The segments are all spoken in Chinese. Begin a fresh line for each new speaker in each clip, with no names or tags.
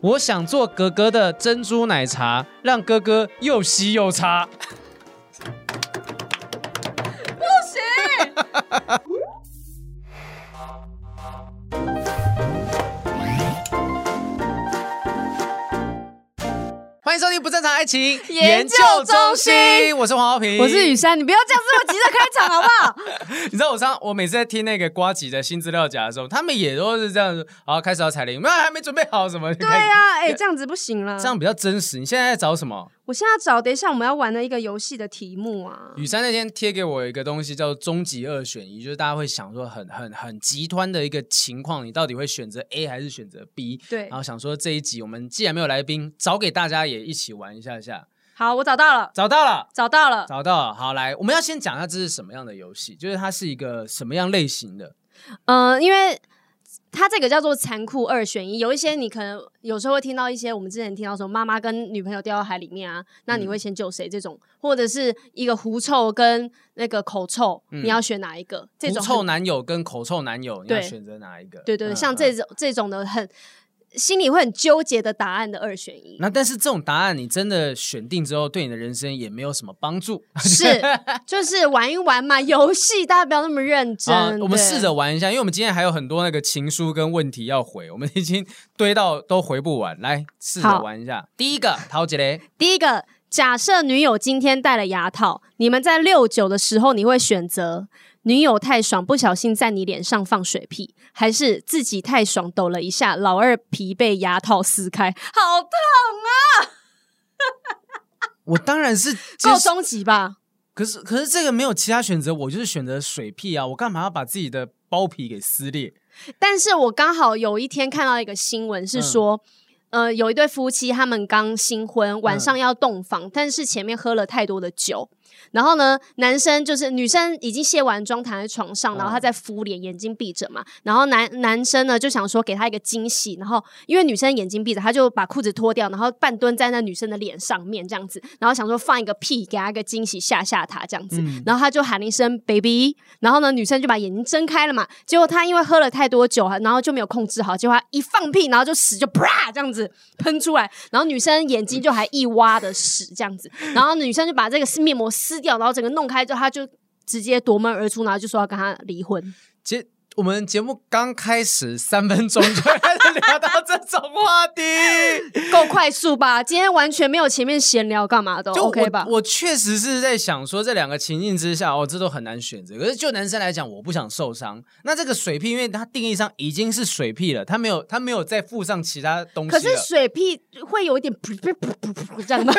我想做格格的珍珠奶茶，让哥哥又吸又擦。 欢迎收听不正常爱情
研究中心，
我是黄浩 平，
我是雨珊，你不要这样这么急着开场好不 好？
你知道我上我每次在听那个瓜吉的新资料夹的时候，他们也都是这样子，然后开始要彩铃，没有还没准备好什么，就
对
开始
呀、哎、这样子不行啦。
这样比较真实。你现在在找什么？
我现在找等一下我们要玩的一个游戏的题目啊，
雨珊那天贴给我一个东西，叫做“终极二选一”，就是大家会想说很很很极端的一个情况，你到底会选择 A 还是选择 B？
对
然，后想说这一集我们既然没有来宾，找给大家也一起玩一下下。
好，我找到了，
找到了，
找到了，
找到了，好来，我们要先讲一下这是什么样的游戏，就是它是一个什么样类型的。
嗯、因为。它这个叫做残酷二选一，有一些你可能有时候会听到一些我们之前听到说妈妈跟女朋友掉到海里面啊，那
嗯
你会先救谁？这种、或者是一个狐臭跟那个口臭，
嗯
你要选哪一个？这
狐
种很
臭男友跟口臭男友，你要
对
选择哪一个？
对对对，
嗯
像
嗯
这种这种的很心里会很纠结的答案的二选一，
那但是这种答案你真的选定之后，对你的人生也没有什么帮助。
是，就是玩一玩嘛，游戏大家不要那么认真。
啊我们
对
试着玩一下，因为我们今天还有很多那个情书跟问题要回，我们已经堆到都回不完。来，试着
好
玩一下。第一个，陶杰 雷，
第一个，假设女友今天戴了牙套，你们在六九的时候，你会选择女友太爽不小心在你脸上放水屁，还是自己太爽抖了一下，老二皮被牙套撕开，好痛，
我当然是接
够
受。
终极吧？
可是可是这个没有其他选择，我就是选择水屁啊！我干嘛要把自己的包皮给撕裂？
但是我刚好有一天看到一个新闻，是说。呃，有一对夫妻，他们刚新婚，晚上要洞房，但是前面喝了太多的酒，然后呢，男生就是女生已经卸完妆躺在床上，然后他在敷脸，眼睛闭着嘛，然后男男生呢就想说给他一个惊喜，然后因为女生眼睛闭着，他就把裤子脱掉，然后半蹲在那女生的脸上面这样子，然后想说放一个屁给他一个惊喜吓吓他这样子，
嗯
然后他就喊了一声 “baby”，然后呢，女生就把眼睛睁开了嘛。结果他因为喝了太多酒，然后就没有控制好，结果他一放屁，然后就屎就啪这样子喷出来，然后女生眼睛就还一挖的屎这样子，然后女生就把这个面膜撕掉，然后整个弄开之后，他就直接夺门而出，然后就说要跟他离婚。
节我们节目刚开始三分钟就开始聊到这种话 题，
够快速吧？今天完全没有前面闲聊干嘛的
就我
哦，OK 吧？
我确实是在想说，这两个情境之下，哦，这都很难选择。可是就男生来讲，我不想受伤。那这个水屁，因为它定义上已经是水屁了，它没有它没有再附上其他东西
可
了。
是水屁会有一点噗噗噗噗噗这样吗？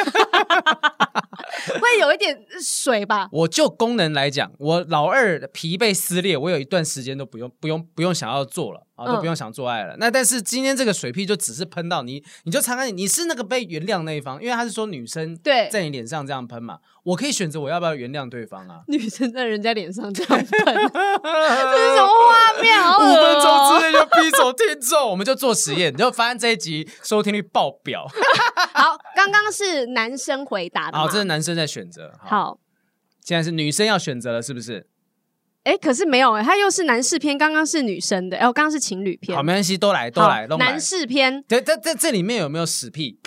会有一点水吧？
我就功能来讲，我老二的皮被撕裂，我有一段时间都不用不用不用想要做了啊，
嗯
都不用想做爱了。那但是今天这个水屁就只是喷到你，你就擦干净，你是那个被原谅那一方，因为他是说女生
对
在你脸上这样喷嘛，我可以选择我要不要原谅对方 啊。
女生在人家脸上这样喷，这是什么画面？好恶
五分
哦
钟之内就逼走听众，我们就做实验，然后发现这一集收听率爆表。
好，刚刚是男生回答的嘛
哦好，这是男生在选择。，
好，
现在是女生要选择了，是不是？
哎，可是没有哎，他又是男士篇，刚刚是女生的，哎，我刚刚是情侣篇
好，，没关系，都来，都来，
好
都来
男。士篇
对，这这这里面有没有屎屁？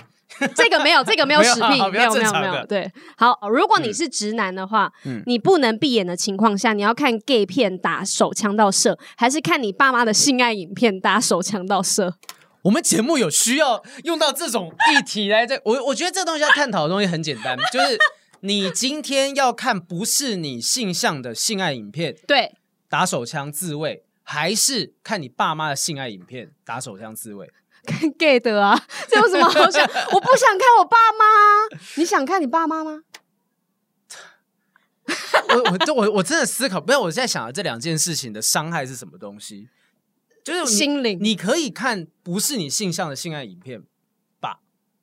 这个没 有，这个没有
没有
屎屁
好，比
没
较
有没
正
有
常
没
的嗯
有，对，好，如果你是直男的话，你不能闭眼的情况下，你要看 gay 片打手枪到射，还是看你爸妈的性爱影片打手枪到射？
我们节目有需要用到这种议题来这，我我觉得这东西要探讨的东西很简单，就是你今天要看不是你性向的性爱影片，
对，
打手枪自卫，还是看你爸妈的性爱影片打手枪自卫？
看 gay 的啊，这有什么 好想？我不想看我爸妈啊，你想看你爸妈吗？
我我这我我真的思考，不要我在想这两件事情的伤害是什么东西，就是你
心灵
你可以看不是你性向的性爱影片，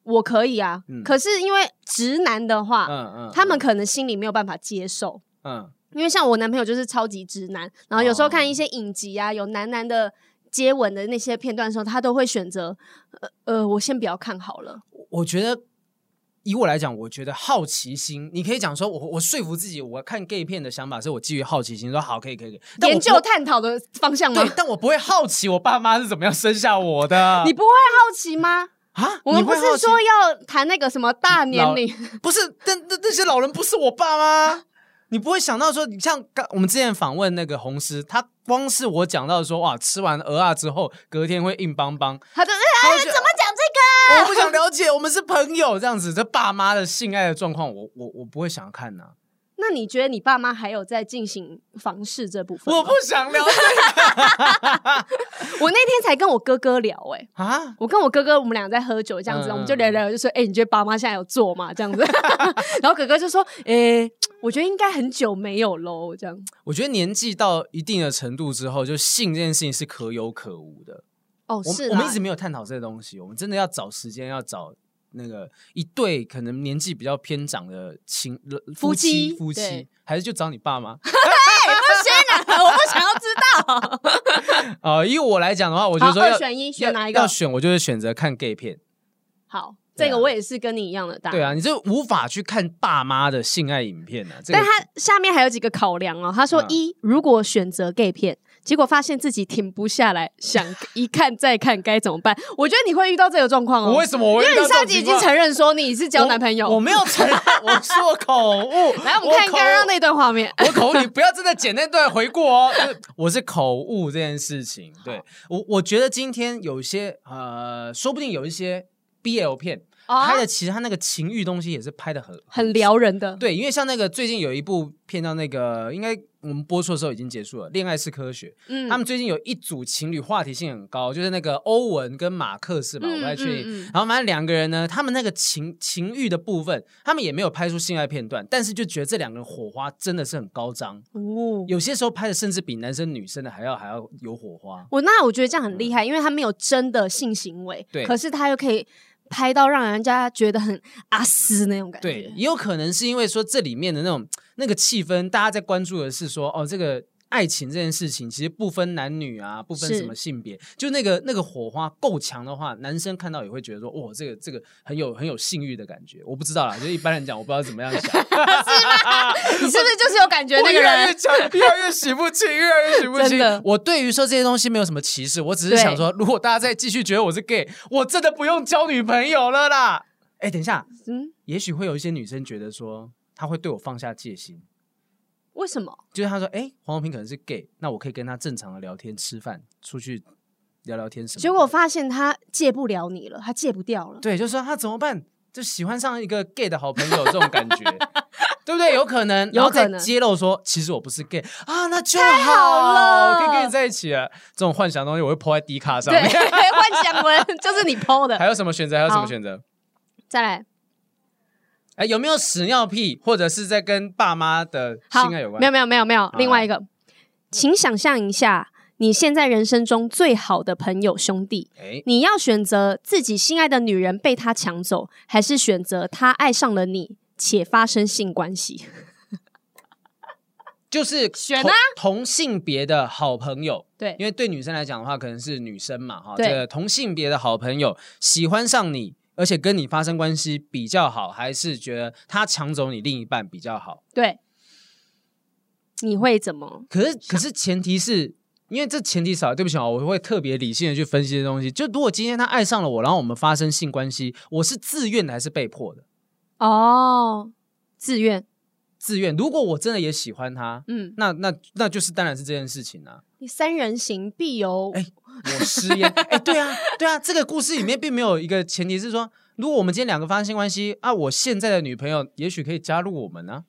我可以啊，
嗯
可是因为直男的话，
嗯嗯，
他们可能心里没有办法接受。
嗯
因为像我男朋友就是超级直男，
哦
然后有时候看一些影集啊，有男男的接吻的那些片段的时候，他都会选择，呃呃，我先不要看好了。
我觉得以我来讲，我觉得好奇心，你可以讲说我我说服自己，我看 gay 片的想法是我基于好奇心说好可以可以可以，但我
研
不
究探讨的方向吗
对？，但我不会好奇我爸妈是怎么样生下我的，
你不会好奇吗？
啊，
我们
你
不
会好
是
奇
说要谈那个什么大年龄，
不是，但那那些老人不是我爸妈，你不会想到说，你像刚我们之前访问那个红师，他光是我讲到说，哇，吃完鹅啊之后，隔天会硬邦邦，
他就
他
哎
就
怎么讲这
我不想了解，我们是朋友这样子，这爸妈的性爱的状况，我我我不会想看呐、
个？那你觉得你爸妈还有在进行房事这部分吗？
我不想了解
我那天才跟我哥哥聊、哎，
啊，
我跟我哥哥我们俩在喝酒这样子，
嗯
我们就聊聊，就说，哎、你觉得爸妈现在有做吗？这样子， 然后哥哥就说，哎、我觉得应该很久没有喽，这样。
我觉得年纪到一定的程度之后，就性这件事情是可有可无的。
哦，
我
是
们
啦
我们一直没有探讨这个东西，我们真的要找时间，要找那个一对可能年纪比较偏长的情
夫
妻
妻
夫妻
对，
还是就找你爸妈
不行啦，啊我不想要知道。
啊？以我来讲的话，我就说
好
要
二选一选哪一个
要要选我就是选择看 gay 片。
好，
对啊
这个我也是跟你一样的答案。
对啊，你这无法去看爸妈的性爱影片啊。这个
但他下面还有几个考量哦，他说
嗯
一，如果选择 gay 片，结果发现自己停不下来，想一看再看该怎么办？我觉得你会遇到这个状况
我
哦
为，什么我会
因为
遇到
你
这
上
种
集已
情
经
况
承认说你是交男朋友。
我我没有承认，我说口误。
来，我们看
口
刚刚那段画面。
我口误，你不要真的剪那段回顾哦。就是 我是口误这件事情，对我我觉得今天有一些呃，说不定有一些 BL 片、
哦
拍的，其实他那个情欲东西也是拍的很
很撩人的。
对，因为像那个最近有一部片叫那个，应该我们播出的时候已经结束了，《恋爱是科学》。
嗯
他们最近有一组情侣话题性很高，就是那个欧文跟马克是嘛，我不太确定。
嗯嗯嗯
然后反正两个人呢，他们那个情情欲的部分，他们也没有拍出性爱片段，但是就觉得这两个人火花真的是很高涨，
哦，
有些时候拍的甚至比男生女生的还要还要有火花。
我那我觉得这样很厉害，因为他没有真的性行为，
对
可是他又可以拍到让人家觉得很阿斯那种感觉。
对，也有可能是因为说这里面的那种那个气氛，大家在关注的是说哦，这个爱情这件事情其实不分男女啊，不分
是
什么性别，就那个那个火花够强的话，男生看到也会觉得说，哇，这个这个很有很有性欲的感觉。我不知道啦，就一般人讲，我不知道怎么样想，
你是不是就是有感觉
我
那个
越来越
人？
讲，越来越洗不清，越来越洗不
真
清
的。
我对于说这些东西没有什么歧视，我只是想说，如果大家再继续觉得我是 gay，我真的不用交女朋友了啦。哎，等一下，
嗯，
也许会有一些女生觉得说，她会对我放下戒心，
为什么？
就是她说，哎、黄宏平可能是 gay，那我可以跟他正常的聊天、吃饭、出去聊聊天什么的。
结果发现他戒不了你了，他戒不掉了。
对，就说他怎么办？就喜欢上一个 gay 的好朋友这种感觉，对不对？有可能，然后
有可
再
能
揭露说，其实我不是 gay 啊，那就
好了
可以跟你在一起了。这种幻想东西我会抛在 D 卡上
对，
面。
幻想文就是你 PO
还
的。
有什么选择？还有什么
好
选择？
再来，
哎，有没有屎尿屁，或者是在跟爸妈的
好，
性爱有关？
没有没有没有没有，
来
另外一个，请想象一下，你现在人生中最好的朋友兄弟，
哎，
你要选择自己心爱的女人被他抢走，还是选择他爱上了你且发生性关系？
就是
选
同
啊
同性别的好朋友，
对
因为对女生来讲的话，可能是女生嘛，哈，
对
这个同性别的好朋友喜欢上你，而且跟你发生关系比较好，还是觉得他抢走你另一半比较好？
对，你会怎么？
可是，可是前提是因为这前提少，对不起啊，我会特别理性的去分析这东西。就如果今天他爱上了我，然后我们发生性关系，我是自愿的还是被迫的？
哦，自愿，
自愿。如果我真的也喜欢他，
嗯，
那那那就是当然是这件事情啊。
你三人行必有，
哎我失言。哎、对啊，对啊，这个故事里面并没有一个前提是说，如果我们今天两个发生性关系啊，我现在的女朋友也许可以加入我们啊呢、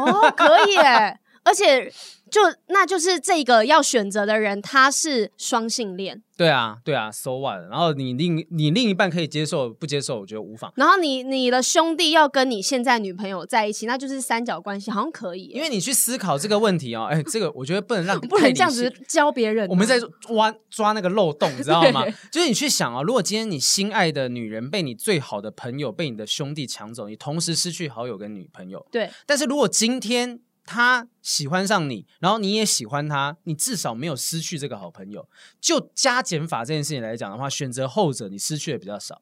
哦，可以耶， 而且就那就是这个要选择的人，他是双性恋，
对啊，对啊，so what？然后你另你另一半可以接受不接受，我觉得无妨，
然后你你的兄弟要跟你现在女朋友在一起，那就是三角关系，好像可以耶，
因为你去思考这个问题哦，哎，这个我觉得不能让
不能这样。
太
子
理性
教别人啊、
我们在抓抓那个漏洞，你知道吗
对？
就是你去想啊、如果今天你心爱的女人被你最好的朋友、被你的兄弟抢走，你同时失去好友跟女朋友，
对
但是如果今天他喜欢上你，然后你也喜欢他，你至少没有失去这个好朋友。就加减法这件事情来讲的话，选择后者，你失去的比较少。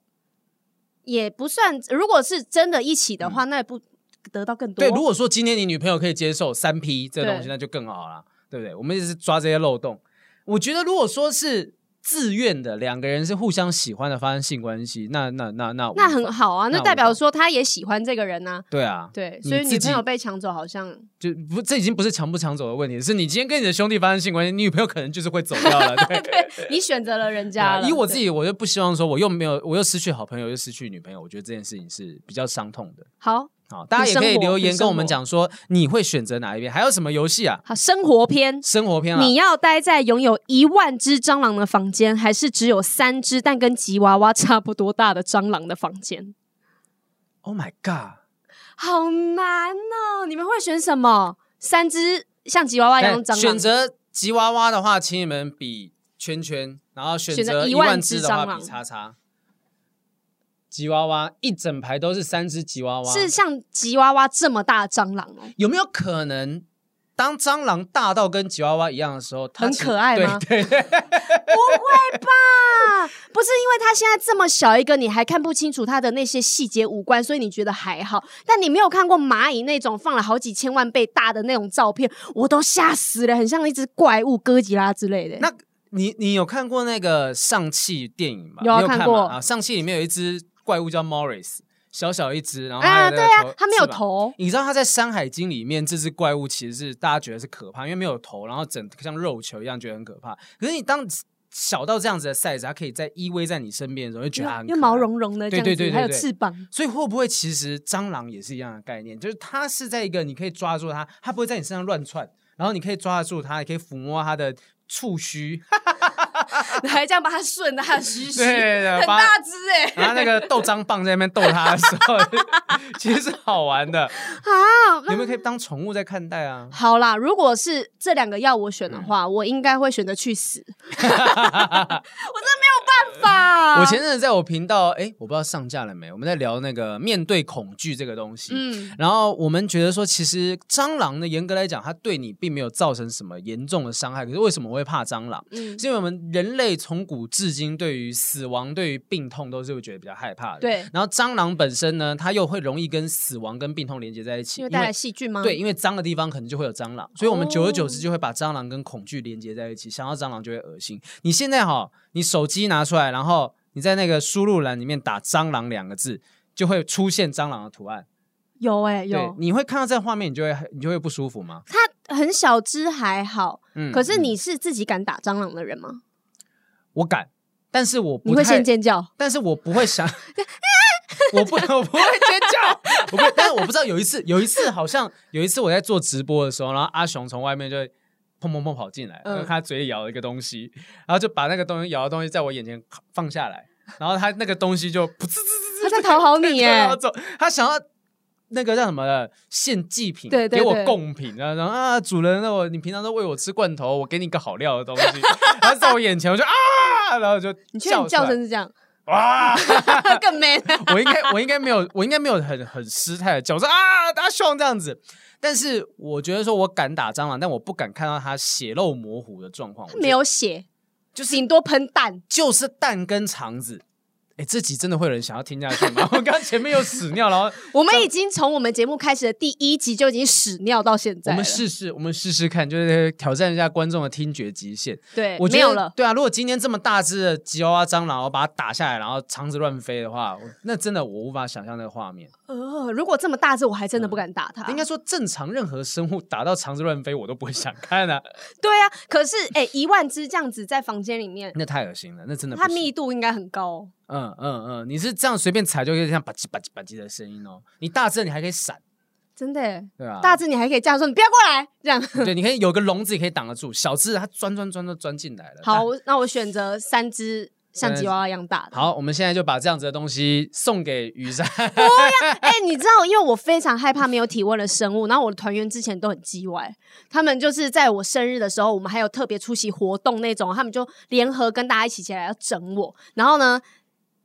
也不算，如果是真的一起的话，那也不得到更
嗯
多。
对，如果说今天你女朋友可以接受三 P 这个东西，
对
那就更好啦，对不对？我们一直抓这些漏洞。我觉得如果说是自愿的两个人是互相喜欢的发生性关系，那那那那
那很好啊，
那
那
我
代表
懂
说他也喜欢这个人呐、
对啊，
对，
你
所以
自
女朋
己
友被抢走好像
就不这已经不是抢不抢走的问题，是你今天跟你的兄弟发生性关系，你女朋友可能就是会走掉了。 对，
你选择了人
对啊
家了。
以我
对
自己，我就不希望说我又没有，我又失去好朋友，又失去女朋友，我觉得这件事情是比较伤痛的。
好
好，大家也可以
生活
留
你
言
生
跟我
活
们讲说你会选择哪一边，还有什么游戏啊？
好生活篇。
生活篇啊，
你要待在拥有一万只蟑螂的房间，还是只有三只但跟吉娃娃差不多大的蟑螂的房间？
Oh my god！
好难哦！你们会选什么？三只像吉娃娃一样的蟑
但
螂？
哎选择吉娃娃的话，请你们比圈圈，然后选
选择
择一
一万
万
只
只的
蟑
话
螂
比叉叉。吉娃娃一整排都是三只吉娃娃，
是像吉娃娃这么大的蟑螂哦。
有没有可能？当蟑螂大到跟吉娃娃一样的时候，它
很
其
可爱吗
对对，
啊，不是因为它现在这么小一个，你还看不清楚它的那些细节五官，所以你觉得还好。但你没有看过蚂蚁那种放了好几千万倍大的那种照片，我都吓死了，很像一只怪物哥吉拉之类的。
那你你有看过那个上汽电影吗？
有啊
你有看
看过
吗啊。上汽里面有一只怪物叫 Morris，小小一只，然后还有那
啊，对
个
啊
头，
它没有
翅膀
头，
你知道它在《山海经》里面，这只怪物其实是大家觉得是可怕，因为没有头，然后整像肉球一样，觉得很可怕。可是你当小到这样子的 size，它可以在依偎在你身边的时候，就觉得它很
又
可
毛
爱。
茸茸的
对
这样
对
子，
对对
还有
对
翅膀。
所以会不会其实蟑螂也是一样的概念？就是它是在一个你可以抓住它，它不会在你身上乱窜，然后你可以抓得住它，也可以抚摸它的触 须，
还这样把它顺的，它的须须，
对
很
把
大只哎、
然后那个豆浆棒在那边逗它的时候， 其实是好玩的。
啊！
你们可以当宠物在看待啊。
好啦，如果是这两个要我选的话，
嗯
我应该会选择 去死。我真的没有办法。
我前阵子在我频道，哎，我不知道上架了没，我们在聊那个面对恐惧这个东西。
嗯，
然后我们觉得说，其实蟑螂呢，严格来讲，它对你并没有造成什么严重的伤害。可是为什么我会怕蟑螂？
嗯
是因为我们人类从古至今对于死亡、对于病痛都是会觉得比较害怕的。。
对，
然后蟑螂本身呢，它又会容易跟死亡、跟病痛连接在一起，
因为带来细菌吗？
对，，因为脏的地方可能就会有蟑螂，所以我们
嗯哦
久而久之就会把蟑螂跟恐惧连接在一起，想到蟑螂就会恶心。你现在哈，你手机拿出来，然后你在那个输入栏里面打“蟑螂”两个字，就会出现蟑螂的图案。
有哎、
对
有，。
你会看到这个画面，你就会你就会不舒服吗？
它很小只还好，
嗯，
可是
嗯
你是自己敢打蟑螂的人吗？
我敢，但是我不
你会
太
先，尖叫？
但是我不会 想，我不我不会尖叫，我不会，但是我不知道有一次有一次好像有一次我在做直播的时候，然后阿雄从外面就。砰砰砰跑进来，
嗯
然后他嘴里咬了一个东西，然后就把那个东西咬的东西在我眼前放下来，然后他那个东西就噗呲
它在讨好你
就
哎、
要走，他想要那个叫什么的献祭品，
对对
给我
对
贡品，然后然后啊，主人，那我你平常都喂我吃罐头，我给你一个好料的东西， 然后在我眼前我就啊，然后就
你确定你叫
出来
声是这样？
哇，
更 man。
我应该我应该没有我应该没有很很失态的叫，我说啊，大凶这样子。但是我觉得说，我敢打蟑螂，但我不敢看到它血肉模糊的状况。我觉得
没，有 血，
就是
顶多喷蛋。
就是蛋跟肠子。哎，这集真的会有人想要听下去吗？ 我刚前面有屎尿， 然后
我们已经从我们节目开始的第一集就已经屎尿到现
我
在了。
们试试，我们试试看，就是挑战一下观众的听觉极限。
对，
我觉得
没有了。
对啊，如果今天这么大只的吉娃娃蟑螂，我把它打下来，然后肠子乱飞的话，我那真的我无法想象那个画面。
呃，如果这么大只，我还真的不敢打它。
应该说，正常任何生物打到肠子乱飞，我都不会想看啊，
对啊，可是哎，一万只这样子在房间里面，
那太恶心了，那真的
它
不行。
密度应该很高哦。
嗯嗯嗯，你是这样随便踩就可以这样吧唧吧唧吧唧的声音哦。你大只你还可以闪，
真的耶，
对吧、
大只你还可以这样说，你不要过来这样。
对，你可以有个笼子也可以挡得住，小只的它钻钻钻都钻进来了。
好，那我选择三只像吉娃娃一样大的。
好，我们现在就把这样子的东西送给雨 山。
哎、你知道，因为我非常害怕没有体温的生物，然后我的团员之前都很叽歪，他们就是在我生日的时候，我们还有特别出席活动那种，他们就联合跟大家一起起来要整我，然后呢。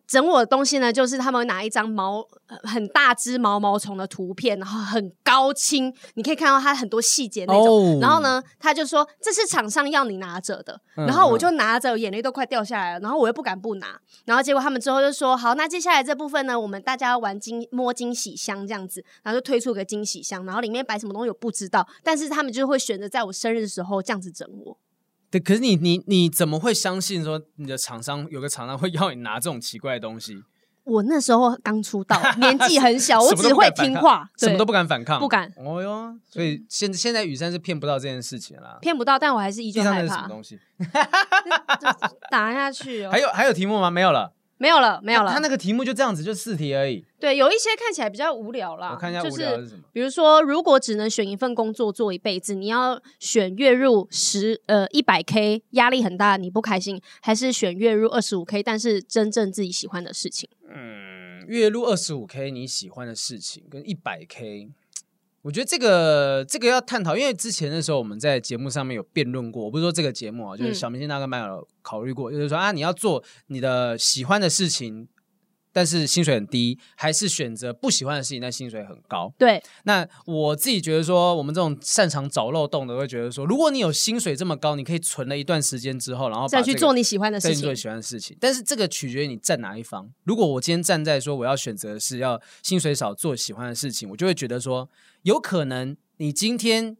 整我的东西呢，就是他们会拿一张毛呃很大只毛毛虫的图片，然后很高清，你可以看到它很多细节那种。
哦
然后呢，他就说这是厂商要你拿着的，
嗯
然后我
嗯
就拿着，眼泪都快掉下来了，然后我又不敢不拿，然后结果他们之后就说好，那接下来这部分呢，我们大家要玩惊摸惊喜箱这样子，然后就推出个惊喜箱，然后里面摆什么东西我不知道，但是他们就会选择在我生日的时候这样子整我，
对，可是你你你怎么会相信说你的厂商有个厂商会要你拿这种奇怪的东西？
我那时候刚出道，年纪很小，我
什么 都
只
不
会
敢反
听
抗
话，
什么
对
都不敢反抗，
不敢
哦哟，所以现现在雨山是骗不到这件事情啦。
骗不到，但我还是依
地
旧
上那
害
是什么
怕，
东西？
打下去哦
还。有还有题目吗？没有了，
没有了，没有了。
他那个题目就这样子，就四题而已。
对，有一些看起来比较无聊啦，
我看一下
就
无聊的
是
啊是什么。
比如说，如果只能选一份工作做一辈子，你要选月入十呃一百 K，压力很大，你不开心，还是选月入二十五 K，但是真正自己喜欢的事情？
嗯，月入二十五 K 你喜欢的事情跟一百 K，我觉得这个这个要探讨，因为之前的时候我们在节目上面有辩论过，我不是说这个节目啊，就是
嗯
小明星大跟麦有考虑过，就是说啊，你要做你的喜欢的事情，但是薪水很低，还是选择不喜欢的事情，但薪水很高。
对，
那我自己觉得说，我们这种擅长找漏洞的，会觉得说，如果你有薪水这么高，你可以存了一段时间之后，然后哦把
再去
这个
做你喜欢的
对
事
你
情
最。喜欢的事情。但是这个取决于你站哪一方。如果我今天站在说我要选择的是要薪水少做喜欢的事情，我就会觉得说，有可能你今天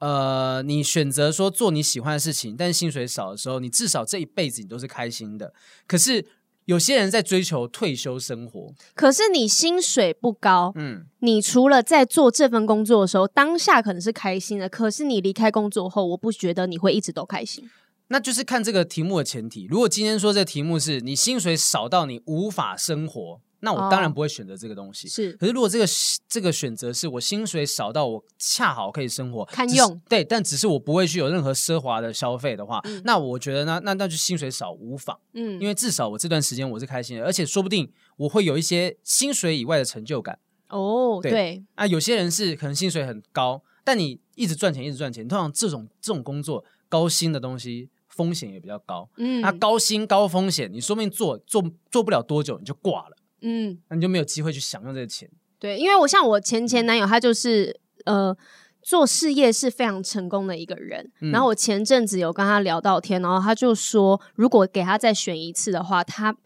呃，你选择说做你喜欢的事情，但是薪水少的时候，你至少这一辈子你都是开心的。可是有些人在追求退休生活，
可是你薪水不高，
嗯，
你除了在做这份工作的时候，当下可能是开心的，可是你离开工作后，我不觉得你会一直都开心。
那就是看这个题目的前提。如果今天说这题目是你薪水少到你无法生活，那我当然
哦
不会选择这个东西。
是
可是如果这个是这个选择是我薪水少到我恰好可以生活，
堪
只是
用
对，但只是我不会去有任何奢华的消费的话，
嗯
那我觉得呢，那那就薪水少无妨，
嗯，
因为至少我这段时间我是开心的，而且说不定我会有一些薪水以外的成就感
哦，
对
对，
啊。有些人是可能薪水很高，但你一直赚钱一直赚钱，通常这种这种工作高薪的东西风险也比较高，
嗯，
那、高薪高风险，你说不定做做做不了多久你就挂了，
嗯，
那你就没有机会去享用这个钱。
对，因为我像我前
嗯
前男友，他就是呃。做事业是非常成功的一个人，
嗯
然后我前阵子有跟他聊到天，然后他就说，如果给他再选一次的话，他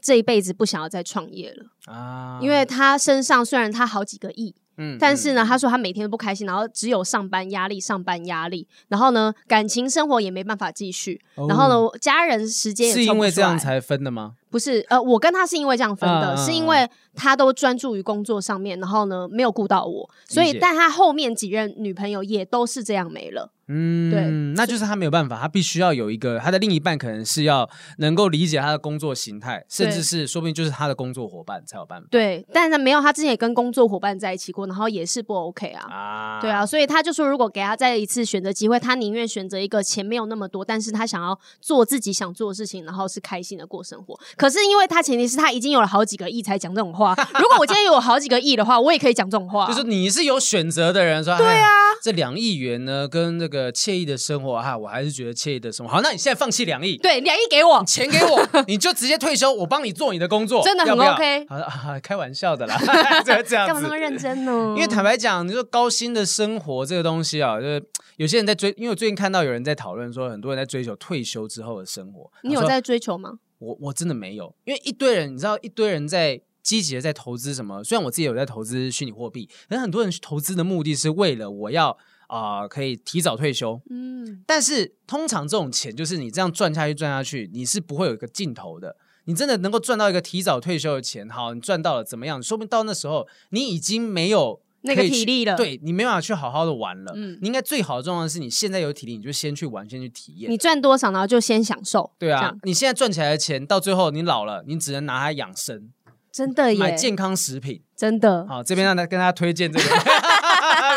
这一辈子不想要再创业了，
啊，
因为他身上虽然他好几个亿，
嗯
但是呢，
嗯
他说他每天都不开心，然后只有上班压力，上班压力，然后呢，感情生活也没办法继续，然后呢，家人时间也
哦是
凑
因
不
为
出
这样
来
才分的吗？
不是，呃，我跟他是因为这样分
嗯
的，
嗯
是
嗯
因为他都专注于工作上面，然后呢没有顾到我，所
理
以
解
但他后面几任女朋友也都是这样没了，
嗯，
对，
那就是他没有办法，他必须要有一个他的另一半，可能是要能够理解他的工作形态，甚至
对
是说不定就是他的工作伙伴才有办法
对，但是没有，他之前也跟工作伙伴在一起过，然后也是不 OK 啊。
啊
对啊，，所以他就说，如果给他再一次选择机会，他宁愿选择一个钱没有那么多，但是他想要做自己想做的事情，然后是开心的过生活。可是因为他前提是他已经有了好几个亿才讲这种话，如果我今天有好几个亿的话，我也可以讲这种话啊。
就是你是有选择的人，说对
对啊，
这两亿元呢，跟那个惬意的生活啊，我还是觉得惬意的生活。好，那你现在放弃两 亿，
对，两亿给我，
钱给我，你就直接退休，我帮你做你的工作，
真的很
要不要
OK
好啊，开玩笑的啦， 就是这样子，
干嘛那么认真呢？
因为坦白讲，你说高薪的生活这个东西啊，就是有些人在追，因为我最近看到有人在讨论说，很多人在追求退休之后的生活。
你有
然后说？
在追求吗？
我我真的没有，因为一堆人，你知道，一堆人在积极的在投资什么。虽然我自己有在投资虚拟货币，可是很多人投资的目的是为了我要啊、可以提早退休。
嗯，
但是通常这种钱就是你这样赚下去赚下去，你是不会有一个尽头的。你真的能够赚到一个提早退休的钱，好，你赚到了怎么样？说不定到那时候你已经没有
那个
可以
体
去
力了
对你没办法去好好的玩了。
嗯
你应该最好的状况是你现在有体力，你就先去玩，先去体验
你。赚多少，然后就先享受。
对
这
啊
样，
你现在赚起来的钱，到最后你老了，你只能拿它养生，
真的
买
哎耶，
健康食品。
真的。
好，这边让他跟大家推荐这个，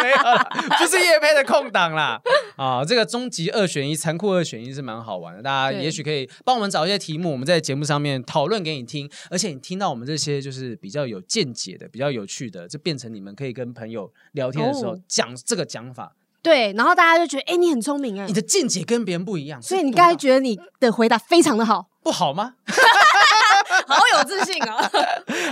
没有啦，不是叶配的空档啦。啊，这个终极二选一、残酷二选一是蛮好玩的，大家
对
也许可以帮我们找一些题目，我们在节目上面讨论给你听，而且你听到我们这些就是比较有见解的、比较有趣的，就变成你们可以跟朋友聊天的时候
哦
讲这个讲法，
对，然后大家就觉得，哎、你很聪明哎
你，的见解跟别人不一样，
所以你
是
刚才
多大
觉得你的回答非常的好，
不好吗？
好有自信哦。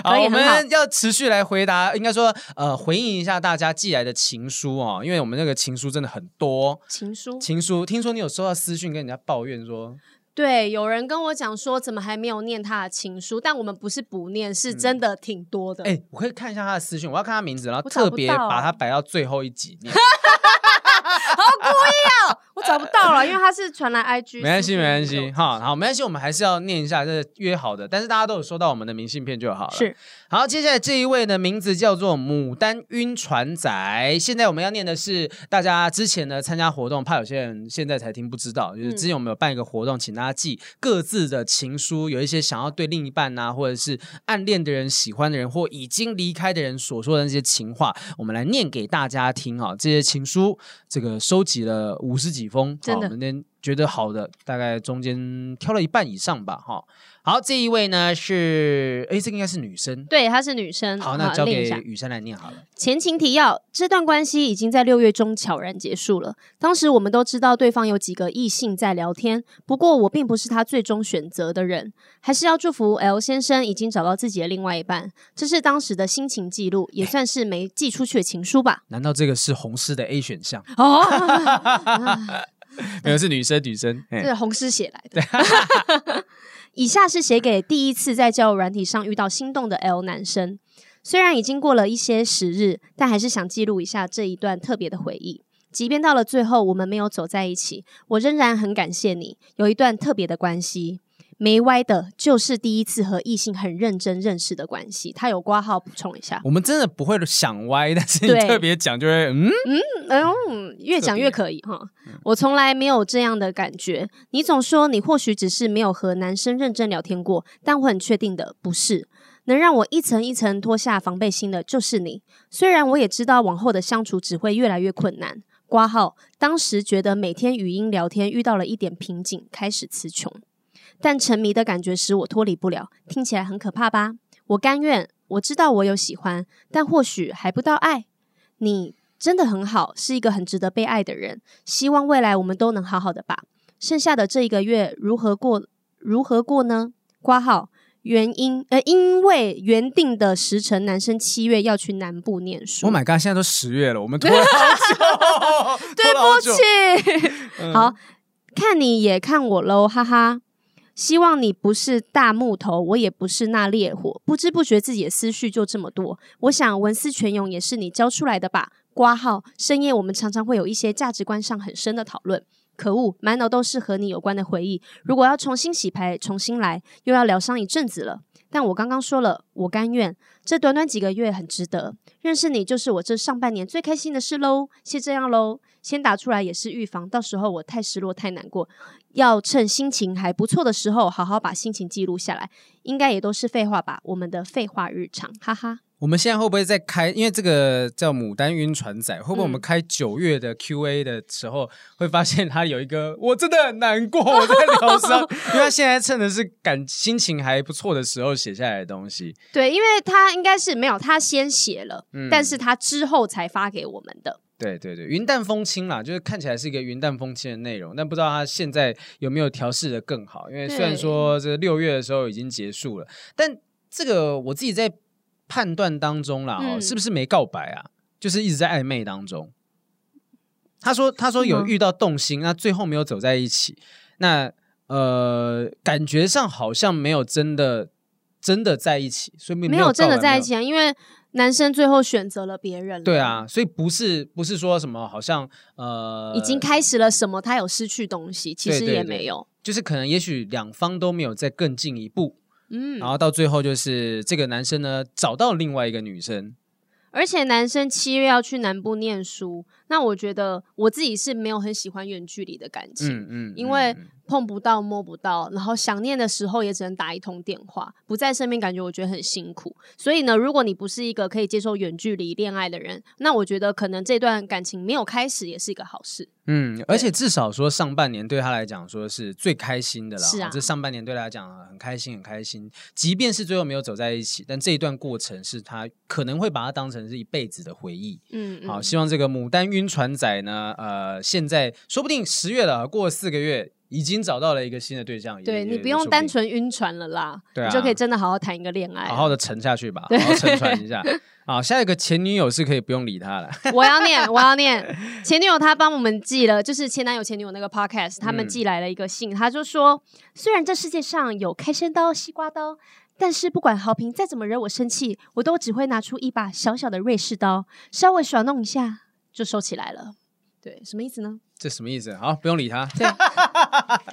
好，
可以
我
很好
们要持续来回答，应该说呃回应一下大家寄来的情书哦，因为我们那个情书真的很多。
情书，
情书，听说你有收到私讯跟人家抱怨说，
对，有人跟我讲说，怎么还没有念他的情书？但我们不是不念，是真的挺多的。
嗯哎、我可以看一下他的私讯，我要看他名字，然后
嗯我找不啊
特别
到
把它摆到最后一集念。
好故意哦，我找找不到了，因为他是传来 IG。
没关系，没关 系，哈，好，没关系，我们还是要念一下这约好的，但是大家都有收到我们的明信片就好了。
是
好，接下来这一位呢，名字叫做牡丹晕船仔。现在我们要念的是大家之前呢参加活动，怕有些人现在才听不知道，
嗯
就是之前我们有办一个活动，请大家寄各自的情书，有一些想要对另一半啊，或者是暗恋的人、喜欢的人或已经离开的人所说的那些情话，我们来念给大家听啊。这些情书，这个收集了五十几封，
真的
好我们今天觉得好的，大概中间挑了一半以上吧，哈。好，这一位呢是，哎，这个应该是女生，
对，她是女生。
好，那交
练
给
一下
雨珊来念好了。
前情提要：这段关系已经在六月中悄然结束了。当时我们都知道对方有几个异性在聊天，不过我并不是他最终选择的人，还是要祝福 L 先生已经找到自己的另外一半。这是当时的心情记录，也算是没寄出去的情书吧。
难道这个是红师的 A 选 项？
哦，
没有，是女生，女生。
这
哎
是红师写来的。以下是写给第一次在交友软体上遇到心动的 L 男生。虽然已经过了一些时日，但还是想记录一下这一段特别的回忆。即便到了最后，我们没有走在一起，我仍然很感谢你，有一段特别的关系。没歪的，就是第一次和异性很认真认识的关系。他有挂号补充一下，
我们真的不会想歪，但是你
对
特别讲就会嗯，
哎呦，越讲越可以哈！我从来没有这样的感觉。你总说你或许只是没有和男生认真聊天过，但我很确定的不是。能让我一层一层脱下防备心的就是你。虽然我也知道往后的相处只会越来越困难。挂号，当时觉得每天语音聊天遇到了一点瓶颈，开始词穷。但沉迷的感觉使我脱离不了，听起来很可怕吧？我甘愿，我知道我有喜欢，但或许还不到爱。你真的很好，是一个很值得被爱的人。希望未来我们都能好好的吧。剩下的这一个月如何过？如何过呢？挂号原因呃，因为原定的时辰，男生七月要去南部念书。
，Oh my god，现在都十月了，我们拖了好久，
对
拖了好久
不起，好看你也看我喽，哈哈。希望你不是大木头，我也不是那烈火。不知不觉自己的思绪就这么多。我想文思泉涌也是你教出来的吧？挂号深夜我们常常会有一些价值观上很深的讨论。可恶，满脑都是和你有关的回忆。如果要重新洗牌，重新来，又要疗伤一阵子了。但我刚刚说了，我甘愿。这短短几个月很值得，认识你就是我这上半年最开心的事喽。先这样喽，先打出来也是预防，到时候我太失落太难过，要趁心情还不错的时候，好好把心情记录下来。应该也都是废话吧，我们的废话日常，哈哈。
我们现在会不会再开？因为这个叫牡丹晕船仔，会不会
嗯
我们开九月的 Q&A 的时候，会发现他有一个我真的很难过，我在疗 伤，因为他现在趁的是感心情还不错的时候写下来的东西。
对，因为他应该是没有，他先写了，
嗯
但是他之后才发给我们的。
对对对，云淡风轻啦，就是看起来是一个云淡风轻的内容，但不知道他现在有没有调试的更好。因为虽然
对
说这六月的时候已经结束了，但这个我自己在判断当中啦，哦，
嗯
是不是没告白啊？就是一直在暧昧当中。他说：“他说
是吗
有遇到动心，那最后没有走在一起。那呃，感觉上好像没有真的真的在一起，所以嗯没
没有真
告
的
白
在
没
一
有
起啊，因为男生最后选择了别人了
对，啊，所以不是不是说什么好像呃
已经开始了什么，他有失去东西，其
对
实
对
也
对
没有。
就是可能也许两方都没有再更进一步，
嗯
然，后到最后就是这个男生呢找到另外一个女生，
而且男生七月要去南部念书，那我觉得我自己是没有很喜欢远距离的感情，
嗯嗯，
因为
嗯
碰不到、摸不到，然后想念的时候也只能打一通电话，不在身边感觉我觉得很辛苦。所以呢，如果你不是一个可以接受远距离恋爱的人，那我觉得可能这段感情没有开始也是一个好事。
嗯，而且至少说上半年对他来讲说是最开心的啦，
是啊
这上半年对他来讲很开心很开心，即便是最后没有走在一起，但这一段过程是他可能会把它当成是一辈子的回忆。
嗯，
好，
嗯
希望这个牡丹晕船仔呢，呃，现在说不定十月了，过了四个月已经找到了一个新的对象，也
对你
也
不用
说定
单纯晕船了啦，
对啊
你就可以真的好好谈一个恋爱了。
好好的沉下去吧，好好沉船一下。 好，下一个前女友是可以不用理他了。
我要念，我要念。前女友她帮我们寄了，就是前男友前女友那个 podcast，他们
嗯
寄来了一个信，他就说，虽然这世界上有开山刀、西瓜刀，但是不管好评再怎么惹我生气，我都只会拿出 一把小小的瑞士刀，稍微耍弄一下就收起来了。对，什么意思呢？
这什么意思？好，不用理他。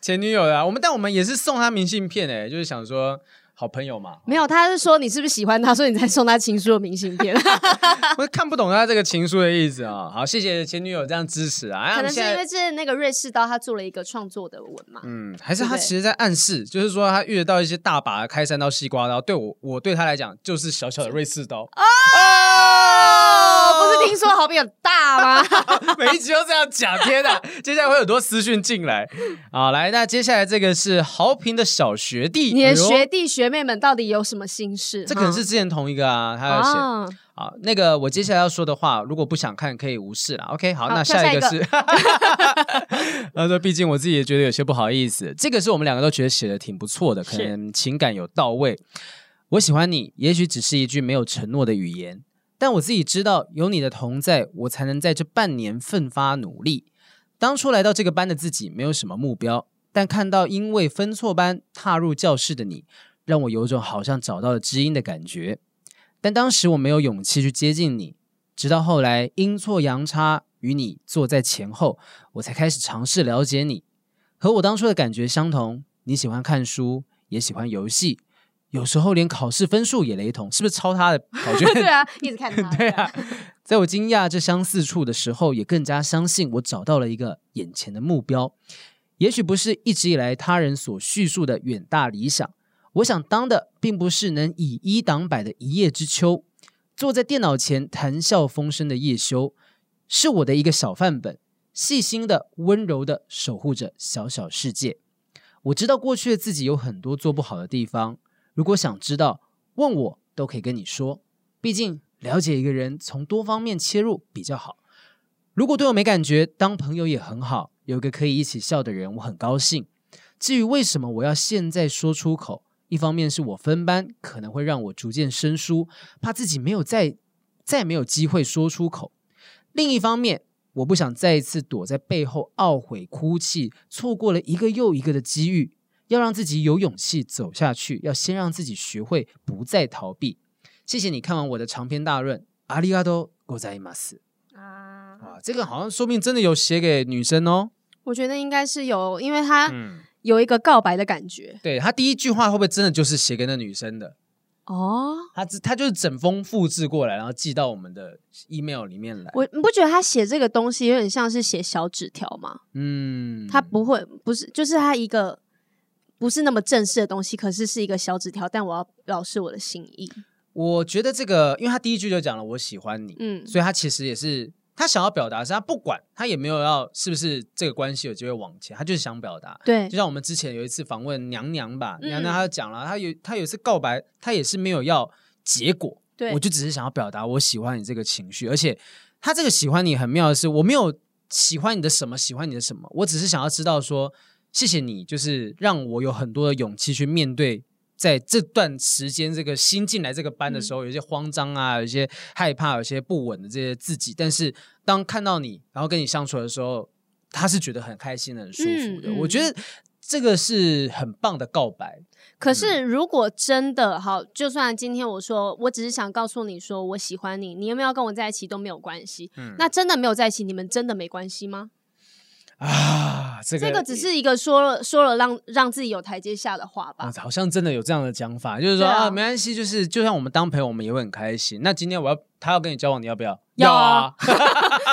前女友的、啊，我们但我们也是送他明信片哎、就是想说好朋友 嘛。
没有，他是说你是不是喜欢他，所以你才送他情书的明信片，
我看不懂他这个情书的意思啊、好，谢谢前女友这样支持啊。哎
可
我们
能 是
现
因
在
为这那个瑞士刀他做了一个创作的文嘛。
嗯，还是他
对不对
其实在暗示，就是说他遇得到一些大把的开山刀、西瓜刀，对我我对他来讲就是小小的瑞士刀。
哦，不是听说好比很 大吗？
每一集都这样讲，天哪！接下来会有很多私讯进来。好，来，那接下来这个是豪平的小学弟，
你
哎
的
呦
学弟学妹们到底有什么心事？
这可能
哈
是之前同一个啊，他有写啊。
啊，
那个我接下来要说的话，如果不想看可以无视啦。OK，好，
好
那
跳
下一个
下
是， 他说，毕竟我自己也觉得有些不好意思。这个是我们两个都觉得写的挺不错的，可
是
能情感有到位。我喜欢你，也许只是一句没有承诺的语言，但我自己知道，有你的同在，我才能在这半年奋发努力。当初来到这个班的自己没有什么目标，但看到因为分错班踏入教室的你，让我有种好像找到了知音的感觉。但当时我没有勇气去接近你，直到后来阴错阳差与你坐在前后，我才开始尝试了解你。和我当初的感觉相同，你喜欢看书，也喜欢游戏，有时候连考试分数也雷同，是不是抄他的考 卷？
对啊，一直看他，
对啊， 在我惊讶这相似处的时候，也更加相信我找到了一个眼前的目标。也许不是一直以来他人所叙述的远大理想，我想当的并不是能以一挡百的一叶知秋，坐在电脑前谈笑风生的叶修，是我的一个小范本，细心的、温柔的守护着小小世界。我知道过去的自己有很多做不好的地方，如果想知道，问我都可以跟你说。毕竟了解一个人从多方面切入比较好。如果对我没感觉，当朋友也很好，有个可以一起笑的人，我很高兴。至于为什么我要现在说出口，一方面是我分班可能会让我逐渐生疏，怕自己没有再再没有机会说出口；另一方面，我不想再一次躲在背后懊悔哭泣，错过了一个又一个的机遇。要让自己有勇气走下去，要先让自己学会不再逃避。谢谢你看完我的长篇大论，阿里阿多ございます。
啊，
啊，这个好像说不定真的有写给女生哦。
我觉得应该是有，因为他
嗯，
有一个告白的感觉
对他第一句话会不会真的就是写给那女生的？
哦。
他只他就是整封复制过来，然后寄到我们的 email 里面来。
我你不觉得他写这个东西有点像是写小纸条吗？
嗯，
他不会，不是，就是他一个不是那么正式的东西，可是是一个小纸条，但我要表示我的心意。
我觉得这个，因为他第一句就讲了我喜欢你，
嗯，
所以他其实也是他想要表达的是，他不管他也没有要是不是这个关系有机会往前，他就是想表达。
对
就，像我们之前有一次访问娘娘吧，
嗯
娘娘她就讲了，她有她有一次告白，她也是没有要结果，
对
我就只是想要表达我喜欢你这个情绪，而且她这个喜欢你很妙的是，我没有喜欢你的什么，喜欢你的什么，我只是想要知道说，谢谢你，就是让我有很多的勇气去面对。在这段时间，这个新进来这个班
嗯
的时候，有一些慌张啊，有一些害怕，有一些不稳的这些自己。但是当看到你，然后跟你相处的时候，他是觉得很开心的、很舒服的。
嗯嗯
我觉得这个是很棒的告白。
可是如果真的好，就算今天我说我只是想告诉你说我喜欢你，你有没有跟我在一起都没有关系。
嗯
那真的没有在一起，你们真的没关系吗？
啊，这个
这个只是一个说了说了让让自己有台阶下的话吧
啊。，好像真的有这样的讲法，就是说
对啊
啊，没关系，就是就像我们当朋友，我们也会很开心。那今天我要他要跟你交往，你要不要？
要啊，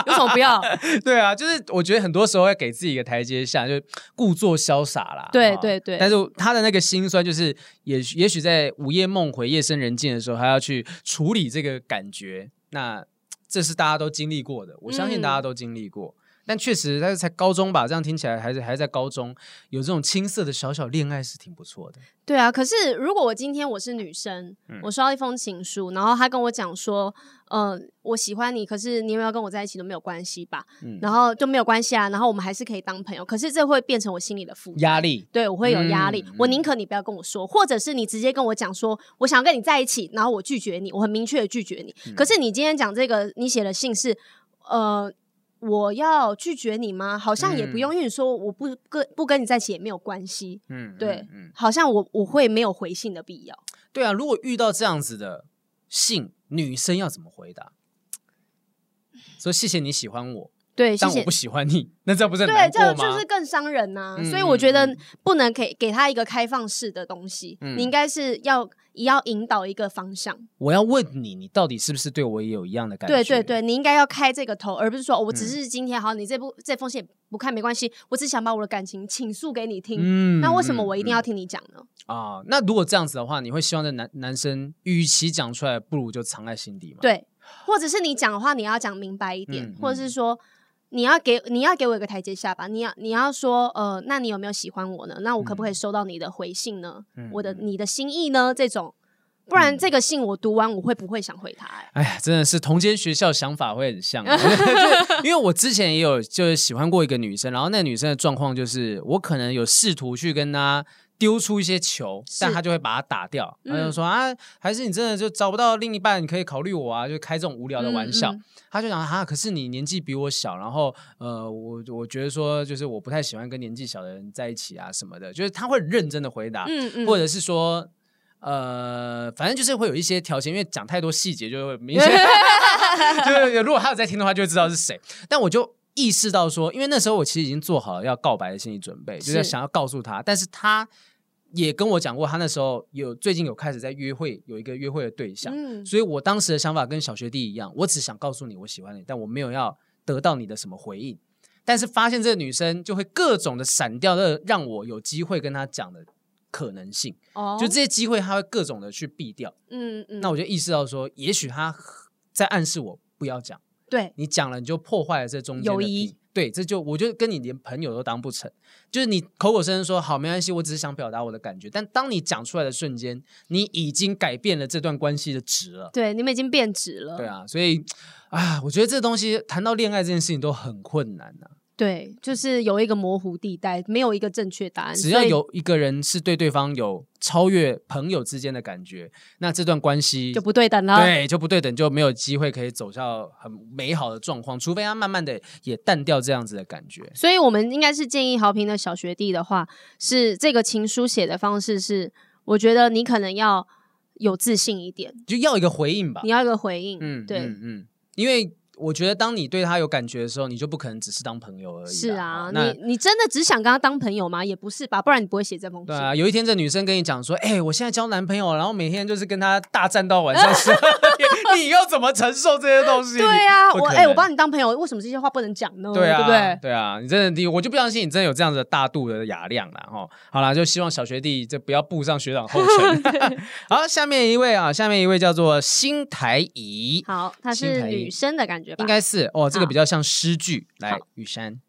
有什么不要？
对啊，就是我觉得很多时候要给自己一个台阶下，就故作潇洒啦。
对
啊
对对
但是他的那个心酸，就是也许也许在午夜梦回、夜深人静的时候，他要去处理这个感觉。那这是大家都经历过的，我相信
嗯
大家都经历过。但确实，他才高中吧，这样听起来还是还在高中，有这种青涩的小小恋爱是挺不错的。
对啊，可是如果我今天我是女生，
嗯
我收到一封情书，然后他跟我讲说，呃，我喜欢你，可是你有没有跟我在一起都没有关系吧？
嗯
然后就没有关系啊，然后我们还是可以当朋友。可是这会变成我心里的负担
压力，
对我会有压力。
嗯
我宁可你不要跟我说，或者是你直接跟我讲说，我想要跟你在一起，然后我拒绝你，我很明确的拒绝你。
嗯
可是你今天讲这个，你写的信是，呃。我要拒绝你吗？好像也不用，因为你说我不跟不跟你在一起也没有关系，
嗯，
对
嗯，
好像我我会没有回信的必要。
对啊。如果遇到这样子的 信，女生要怎么回答？说谢谢你喜欢我，
对，谢
但我
谢
不。喜欢你，那这不是很
对，
难
这
过
样
吗？
就是更伤人呐、
嗯
所以我觉
嗯
得不能给给他一个开放式的东西，
嗯
你应该是要也要引导一个方向。
我要问你，你到底是不是对我也有一样的感觉？
对对，对，你应该要开这个头，而不是说、哦我只
嗯
是今天好，你这部这封信不看没关系，我只想把我的感情倾诉给你听。
嗯
那为什么我一定
嗯
要听你讲呢？
啊、那如果这样子的话，你会希望这男男生，与其讲出来，不如就藏在心底嘛？，
对，或者是你讲的话，你要讲明白一点，
嗯
或者是说你要给你要给我一个台阶下吧。你要你要说呃，那你有没有喜欢我呢？那我可不可以收到你的回信呢？
嗯
我的你的心意呢？这种，不然这个信我读完，我会不会想回他、哎
哎呀，真的是同间学校想法会很像 啊，就是因为我之前也有就是喜欢过一个女生，然后那个女生的状况就是，我可能有试图去跟她丢出一些球，
是
但她就会把它打掉，她
嗯
就说、啊，还是你真的就找不到另一半，你可以考虑我啊，就开这种无聊的玩笑。
嗯嗯
她就讲啊，可是你年纪比我小，然后呃，我我觉得说就是我不太喜欢跟年纪小的人在一起啊什么的，就是她会认真的回答，
嗯嗯，
啊或者是说，呃，反正就是会有一些条件，因为讲太多细节就会明 显，就是如果他有在听的话，就会知道是谁。但我就意识到说，因为那时候我其实已经做好了要告白的心理准备，就是
是
想要告诉他，但是他也跟我讲过，他那时候有最近有开始在约会，有一个约会的对象，
嗯
所以我当时的想法跟小学弟一样，我只想告诉你我喜欢你，但我没有要得到你的什么回应。但是发现这个女生就会各种的闪掉，让让我有机会跟她讲的可能性，
哦，
就这些机会她会各种的去避掉。
嗯嗯，
那我就意识到说，也许她在暗示我不要讲，
对
你讲了你就破坏了这中间的
友谊
平。对，这就我就跟你连朋友都当不成，就是你口口声声说好没关系，我只是想表达我的感觉，但当你讲出来的瞬间，你已经改变了这段关系的值了。
对，你们已经变质了，
对啊，所以啊，我觉得这东西谈到恋爱这件事情都很困难啊。
对就是有一个模糊地带，没有一个正确答案。
只要
嗯所以
有一个人是对对方有超越朋友之间的感觉，那这段关系
就不对等了，
对就不对等，就没有机会可以走向很美好的状况，除非他慢慢的也淡掉这样子的感觉。
所以我们应该是建议豪平的小学弟的话，是这个情书写的方式是，我觉得你可能要有自信一点，
就要一个回应吧
你。要有一个回应，
啊嗯，
对。
嗯嗯，因为我觉得当你对他有感觉的时候，你就不可能只是当朋友而已啦。
是啊
哦，那
你你真的只想跟他当朋友吗？也不是吧，不然你不会写这封
对
信。
啊，有一天这女生跟你讲说：“哎、我现在交男朋友，然后每天就是跟他大战到晚上十二 点，你要怎么承受这些东西？”
对啊，
不
我
可
哎、我
能
帮你当朋友，为什么这些话不能讲呢？
对啊，
不对？
啊，你真的，你我就不相信你真的有这样子的大度的雅量啦。哦。好啦，就希望小学弟这不要步上学长后尘。 好，下面一位啊，下面一位叫做新台怡，
好，她
心
是
态
女生的感觉吧？
应该是哦，这个
好
比较像诗句。来
好，
雨山，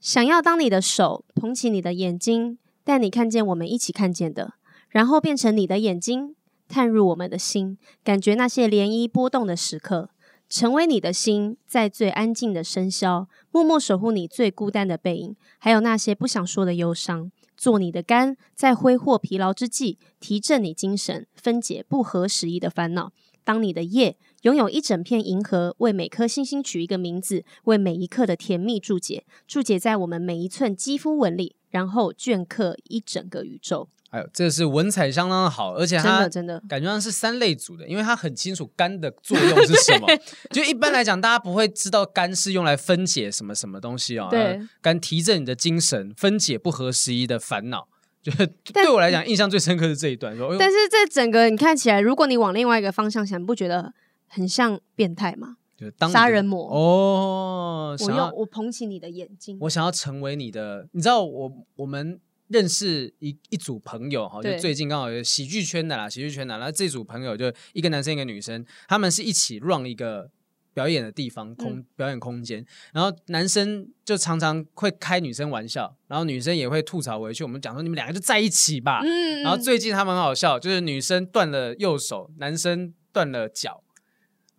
想要当你的手，捧起你的眼睛，带你看见我们一起看见的，然后变成你的眼睛，探入我们的心，感觉那些涟漪波动的时刻，成为你的心，在最安静的深宵，默默守护你最孤单的背影，还有那些不想说的忧伤。做你的肝，在挥霍疲劳之际，提振你精神，分解不合时宜的烦恼。当你的夜，拥有一整片银河，为每颗星星取一个名字，为每一刻的甜蜜注解，注解在我们每一寸肌肤纹理，然后镌刻一整个宇宙。
哎呦，这是文采相当的好，而且
真
他
的，真的，
感觉上是三类组的，因为他很清楚肝的作用是什么。就一般来讲，大家不会知道肝是用来分解什么什么东西哦。
对，
肝提振你的精神，分解不合时宜的烦恼。就是
但
对我来讲，印象最深刻是这一段。说，哎呦
但是这整个你看起来，如果你往另外一个方向想，你不觉得很像变态吗？
就是当你的
杀人魔。
哦，
我
想
用
要
我捧起你的眼睛，
我想要成为你的，你知道我我们。认识一一组朋友哈，就
对
最近刚好有喜剧圈的啦，喜剧圈的啦，然后这组朋友就一个男生一个女生，他们是一起 run 一个表演的地
嗯
方空、表演空间，然后男生就常常会开女生玩笑，然后女生也会吐槽回去。我们讲说你们两个就在一起吧，
嗯
然后最近他们很好笑，就是女生断了右手，男生断了脚，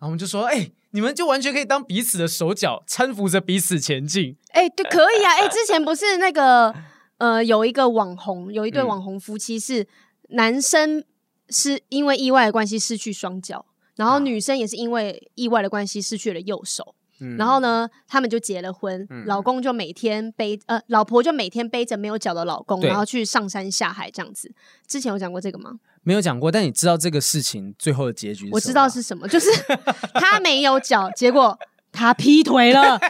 然后我们就说：“哎、你们就完全可以当彼此的手脚，搀扶着彼此前进。
哎、对，可以啊，哎、之前不是那个呃，有一个网红，有一对
嗯
网红夫妻是男生是因为意外的关系失去双脚，然后
啊
女生也是因为意外的关系失去了右手，
嗯”
然后呢，他们就结了婚，
嗯
老公就每天背呃，老婆就每天背着没有脚的老公，
对
然后去上山下海这样子。之前有讲过这个吗？
没有讲过，但你知道这个事情最后的结局是什么吗？
我知 道是什么，就是他没有脚，结果他劈腿了，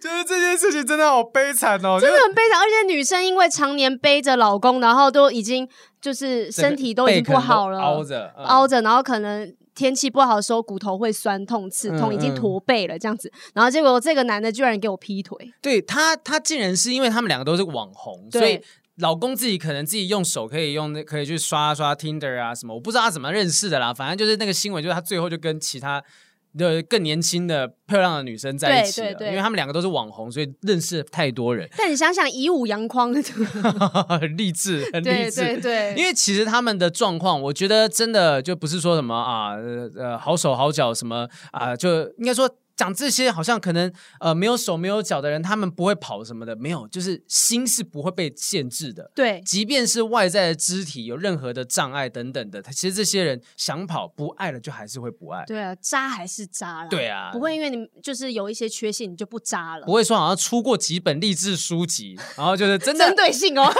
就是这件事情真的好悲惨哦，就
真
是
的很悲惨。而且女生因为常年背着老公，然后都已经就是身体都已经不好了，
背可能都凹着，嗯
凹着，然后可能天气不好的时候骨头会酸痛、刺痛，
嗯
已
嗯
经驼背了这样子。然后结果这个男的居然给我劈腿，
对他，他竟然是因为他们两个都是网红，
对
所以老公自己可能自己用手可以用那，可以去刷刷 Tinder 啊什么，我不知道他怎么认识的啦。反正就是那个新闻，就是他最后就跟其他的更年轻的漂亮的女生在一起了，
对对对
因为他们两个都是网红，所以认识太多人，
但你想想以武扬匡，
很励志，很励
对
志。
对对，
因为其实他们的状况，我觉得真的就不是说什么啊，呃呃，好手好脚什么啊、就应该说讲这些好像可能呃没有手没有脚的人，他们不会跑什么的，没有，就是心是不会被限制的。
对
即便是外在的肢体有任何的障碍等等的，他其实这些人想跑不爱了，就还是会不爱。
对啊，渣还是渣啦，
对啊
不会因为你就是有一些缺陷你就不渣了
不。会说好像出过几本励志书籍，然后就是真的
针对 性哦，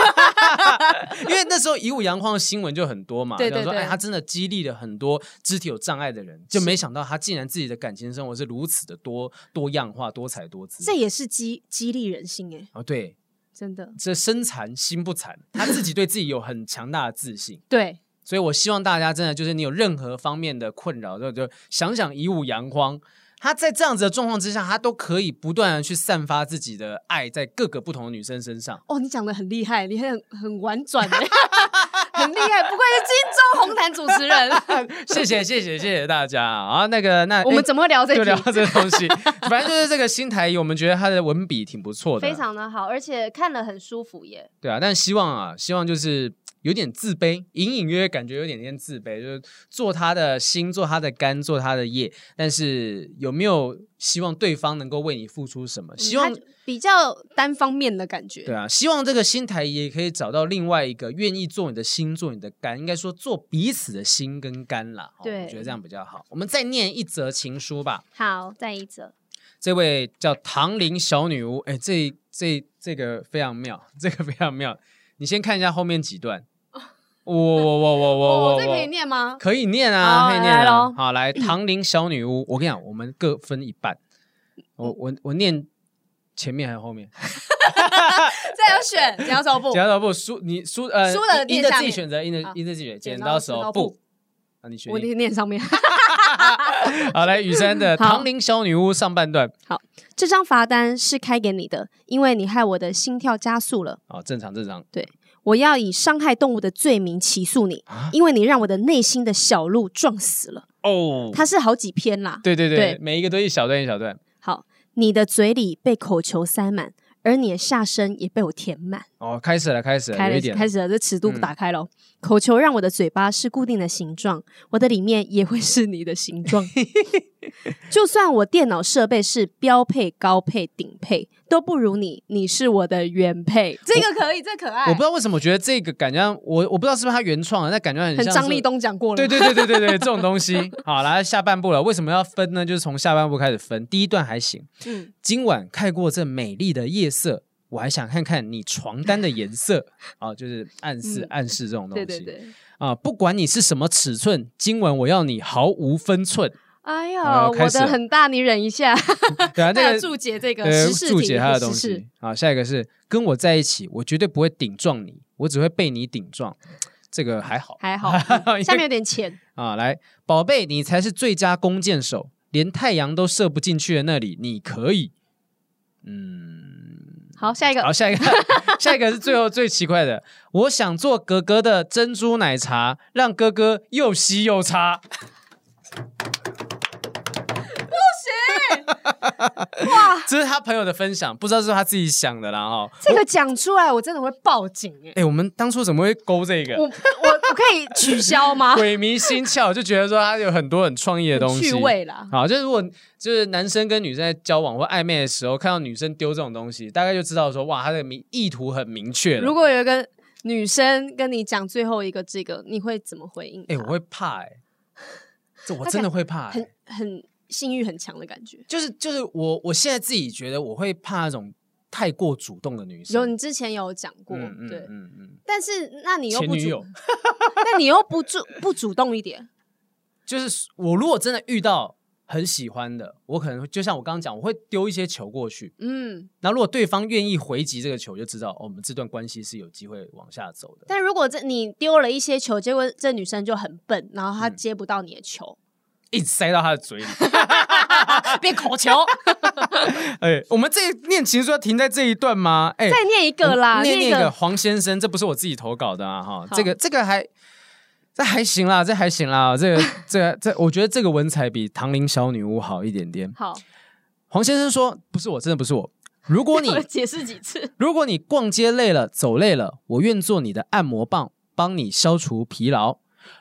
因为那时候以武扬匡的新闻就很多嘛，
对
讲
对
说
对
哎，他真的激励了很多肢体有障碍的人，就没想到他竟然自己的感情生活是如此的多多样化、多彩多姿。
这也是激激励人心哎，
哦，对，
真的。
这身残心不残，他自己对自己有很强大的自信。
对，
所以我希望大家真的就是你有任何方面的困扰，就就想想以武扬匡，他在这样子的状况之下，他都可以不断的去散发自己的爱在各个不同的女生身上。
哦，你讲的很厉害，你很很婉转哎， 很厉害，不愧是金钟红毯主持 人。
谢谢谢谢谢谢大家啊！那个那
我
哎
们怎么会聊这
就聊
题？
这个东 西，反正就是这个新台语，我们觉得他的文笔挺不错的，
非常的好，而且看了很舒服耶。
对啊。但希望啊，希望就是有点自卑，隐隐约约感觉有点点自卑，就是做他的心，做他的肝，做他的业，但是有没有希望对方能够为你付出什么？希望
嗯它比较单方面的感觉。
对啊，希望这个新台也可以找到另外一个愿意做你的心，做你的肝，应该说做彼此的心跟肝啦。哦
对
我觉得这样比较好。我们再念一则情书吧。
好，再一则，
这位叫唐林小女巫，哎，这这这个非常妙，这个非常妙。你先看一下后面几段。我我我我我我，
哦，这可以念吗？
可以念啊，
好
可以念
来
啊
咯。
好，来，唐林小女巫，我跟你讲，我们各分一半。我我我念前面还是后面？
这要选，你 要手不？
剪刀布输你输呃
哦输了
赢
念
的
下
自己
面
选择，赢的
好
赢的自己选择，剪
剪
刀
刀石
手
头
布
布。
那你选
我
一个。
念上面。
好，来雨珊的
好
唐林小女巫上半段。
这张罚单是开给你的，因为你害我的心跳加速了。
好，正常正常。
我要以伤害动物的罪名起诉你，因为你让我的内心的小鹿撞死了。
哦，
它是好几篇啦。
对对对
对，
每一个都一小段一小段。
好，你的嘴里被口球塞满，而你的下身也被我填满。
哦，开始了，开始了，
开
有一
了，
点嗯
开始了，这尺度打开了哦。口球让我的嘴巴是固定的形状，我的里面也会是你的形 状。就算我电脑设备是标配、高配、顶配，都不如你，你是我的原配。这个可以，这可爱
我不知道为什么，我觉得这个感觉像，我我不知道是不是他原创的，但感觉很
很
像
张
是
立。东讲过了，
对对对对对对，这种东 西。好，来下半部了。为什么要分呢？就是从下半部开始分。第一段还行，
嗯，
今晚看过这美丽的夜色，我还想看看你床单的颜 色啊，就是暗示、
嗯
暗示这种东
对
西
对对。
啊。不管你是什么尺寸，今晚我要你毫无分寸。
哎
好
呀，
开
我
始
的很大，你忍一下。
对啊，
还
那
有
个
注解这个
呃
时事
注解
题
他的
和
东
时事
西。啊。下一个是跟我在一起，我绝对不会顶撞你，我只会被你顶撞。这个还好，
还好，
因为
嗯下面有点浅。
啊，来，宝贝，你才是最佳弓箭手，连太阳都射不进去的那里，你可以。嗯，
好，下一个
好，下一个， 下一个是最后最奇怪的，我想做哥哥的珍珠奶茶，让哥哥又吸又擦。
哇，
这是他朋友的分享，不知道是不是他自己想的啦哈。
这个讲出来我真的会报警哎。
哎、我们当初怎么会勾这个
我？我我可以取消吗？
鬼迷心窍，就觉得说他有很多很创意的东西，
趣味啦，
好，就是如果就是男生跟女生在交往或暧昧的时候，看到女生丢这种东西，大概就知道说，哇，他的明意图很明确了
如。果有一个女生跟你讲最后一个这个，你会怎么回应她？
哎、我会怕哎、这我
他
真的
看
会怕、欸
很，很性欲很强的感觉。
就是就是我我现在自己觉得我会怕那种太过主动的女生。
有你之前有讲过，
嗯嗯
对，
嗯嗯，
但是那你又
前
不
女
主
友，，
那你又不主不主动一点，
就是我如果真的遇到很喜欢的，我可能就像我刚刚讲，我会丢一些球过去，
嗯，
然后如果对方愿意回击这个球，就知道、哦、我们这段关系是有机会往下走的。
但如果这你丢了一些球，结果这女生就很笨，然后她
嗯
接不到你的球，
一直塞到他的嘴 里，
变口球。
哎，我们这一念情书要停在这一段吗？哎，
再念一个啦，
我念
一
念一个黄先生，这不是我自己投稿的啊，哈，
好
这个这个还。这还行啦，这还行啦， 这个这个这，我觉得这个文采比《唐林小女巫》好一点点。
好，
黄先生说：“不是我，真的不是我。如果 你
解释几次？
如果你逛街累了、走累了，我愿做你的按摩棒，帮你消除疲劳；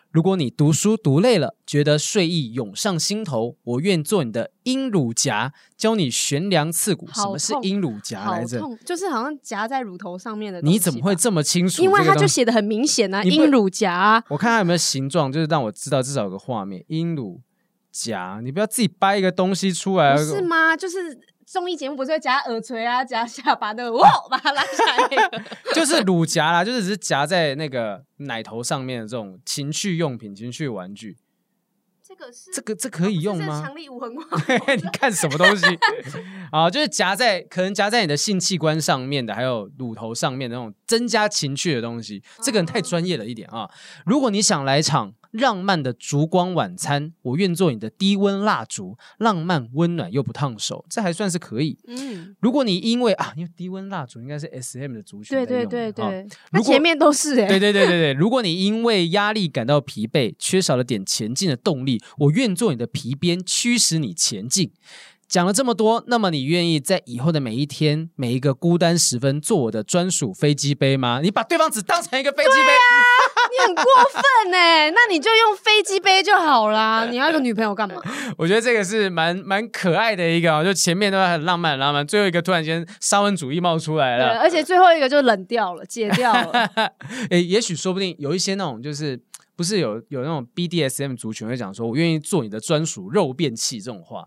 如果你读书读累了，觉得睡意涌上心头，我愿做你的阴乳夹，教你悬梁刺股。什
好
么是
痛
阴乳夹
好
来着？
痛，就是好像夹在乳头上面的。
你怎么会？这么清楚？
因为
这个
它
东
就
西
写的很明显啊，
你不
阴乳夹啊。
我看它有没有形状，就是让我知道至少有个画面。阴乳夹，你不要自己掰一个东西出来。
不是吗？就是综艺节目不是会夹耳垂啊，夹下 巴的，哇，把它拉下来那个。
就是乳夹啦， 就是只是夹在那个奶头上面的这种情趣用品、情趣玩具，
这个是哦
这个这可以用
这是
吗
强？力无痕 光。
你看什么 东西啊？就是夹在可能夹在你的性器官上面的，还有乳头上面的那种增加情趣的东西。
哦
这个人太专业了一点啊！如果你想来场浪漫的烛光晚餐，我愿做你的低温蜡烛，浪漫温暖又不烫手，这还算是可以。
嗯，
如果你因为啊，因为低温蜡烛应该是 S M 的族群在
对
用的，
对对
啊
对，
如
那
果
前面 都是哎、
对对对对对，如果你因为压力感到疲惫，缺少了点前进的动力，我愿做你的皮鞭，驱使你前进。讲了这么多，那么你愿意在以后的每一天、每一个孤单时分，做我的专属飞机杯吗？你把对方只当成一个飞机杯，
你很过分哎、那你就用飞机杯就好啦。你要一个女朋友干嘛？
我觉得这个是蛮蛮可爱的一个啊，就前面都很浪漫很浪漫，最后一个突然间沙文主义冒出来
对，
了。
而且最后一个就冷掉了，解掉了。
诶，也许说不定有一些那种就是不是有有那种 BDSM 族群会讲说，我愿意做你的专属肉便器这种话，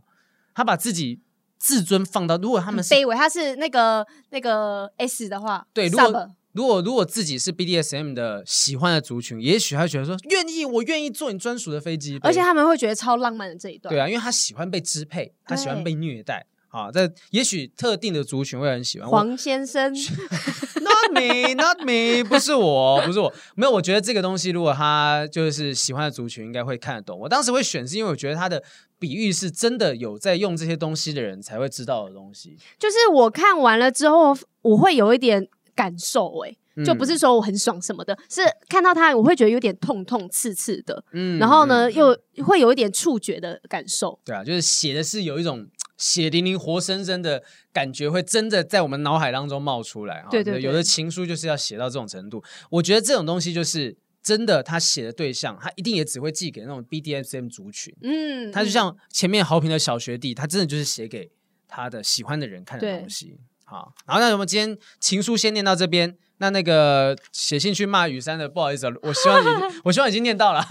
他把自己自尊放到，如 果他们是
卑微，他是那个那个 S 的话，
对如果
sub
如果如果自己是 BDSM 的喜欢的族群，也许他会觉得说愿意，我愿意做你专属的飞机杯，
而且他们会觉得超浪漫的这一段。
对啊，因为他喜欢被支配，他喜欢
对
被虐待啊，这也许特定的族群会很喜欢。我
黄先生，
Not me, not me，不是我，不是我，没有。我觉得这个东西，如果他就是喜欢的族群，应该会看得懂。我当时会选，是因为我觉得他的比喻是真的有在用这些东西的人才会知道的东西，
就是我看完了之后，我会有一点感受、欸，
嗯
就不是说我很爽什么的，是看到他我会觉得有点痛痛刺刺的，
嗯
然后呢、
嗯
又会有一点触觉的感受。
对啊，就是写的是有一种血淋淋、活生生的感觉，会真的在我们脑海当中冒出来啊。
对对对
有的情书就是要写到这种程度。我觉得这种东西就是真的，他写的对象，他一定也只会寄给那种 BDSM 族群。
嗯，
他就
嗯
像前面豪平的小学弟，他真的就是写给他的喜欢的人看的
对
东西。好，然后那我们今天情书先念到这边。那那个写信去骂雨山的，不好意思啊，我希望已 经我希望已经念到了，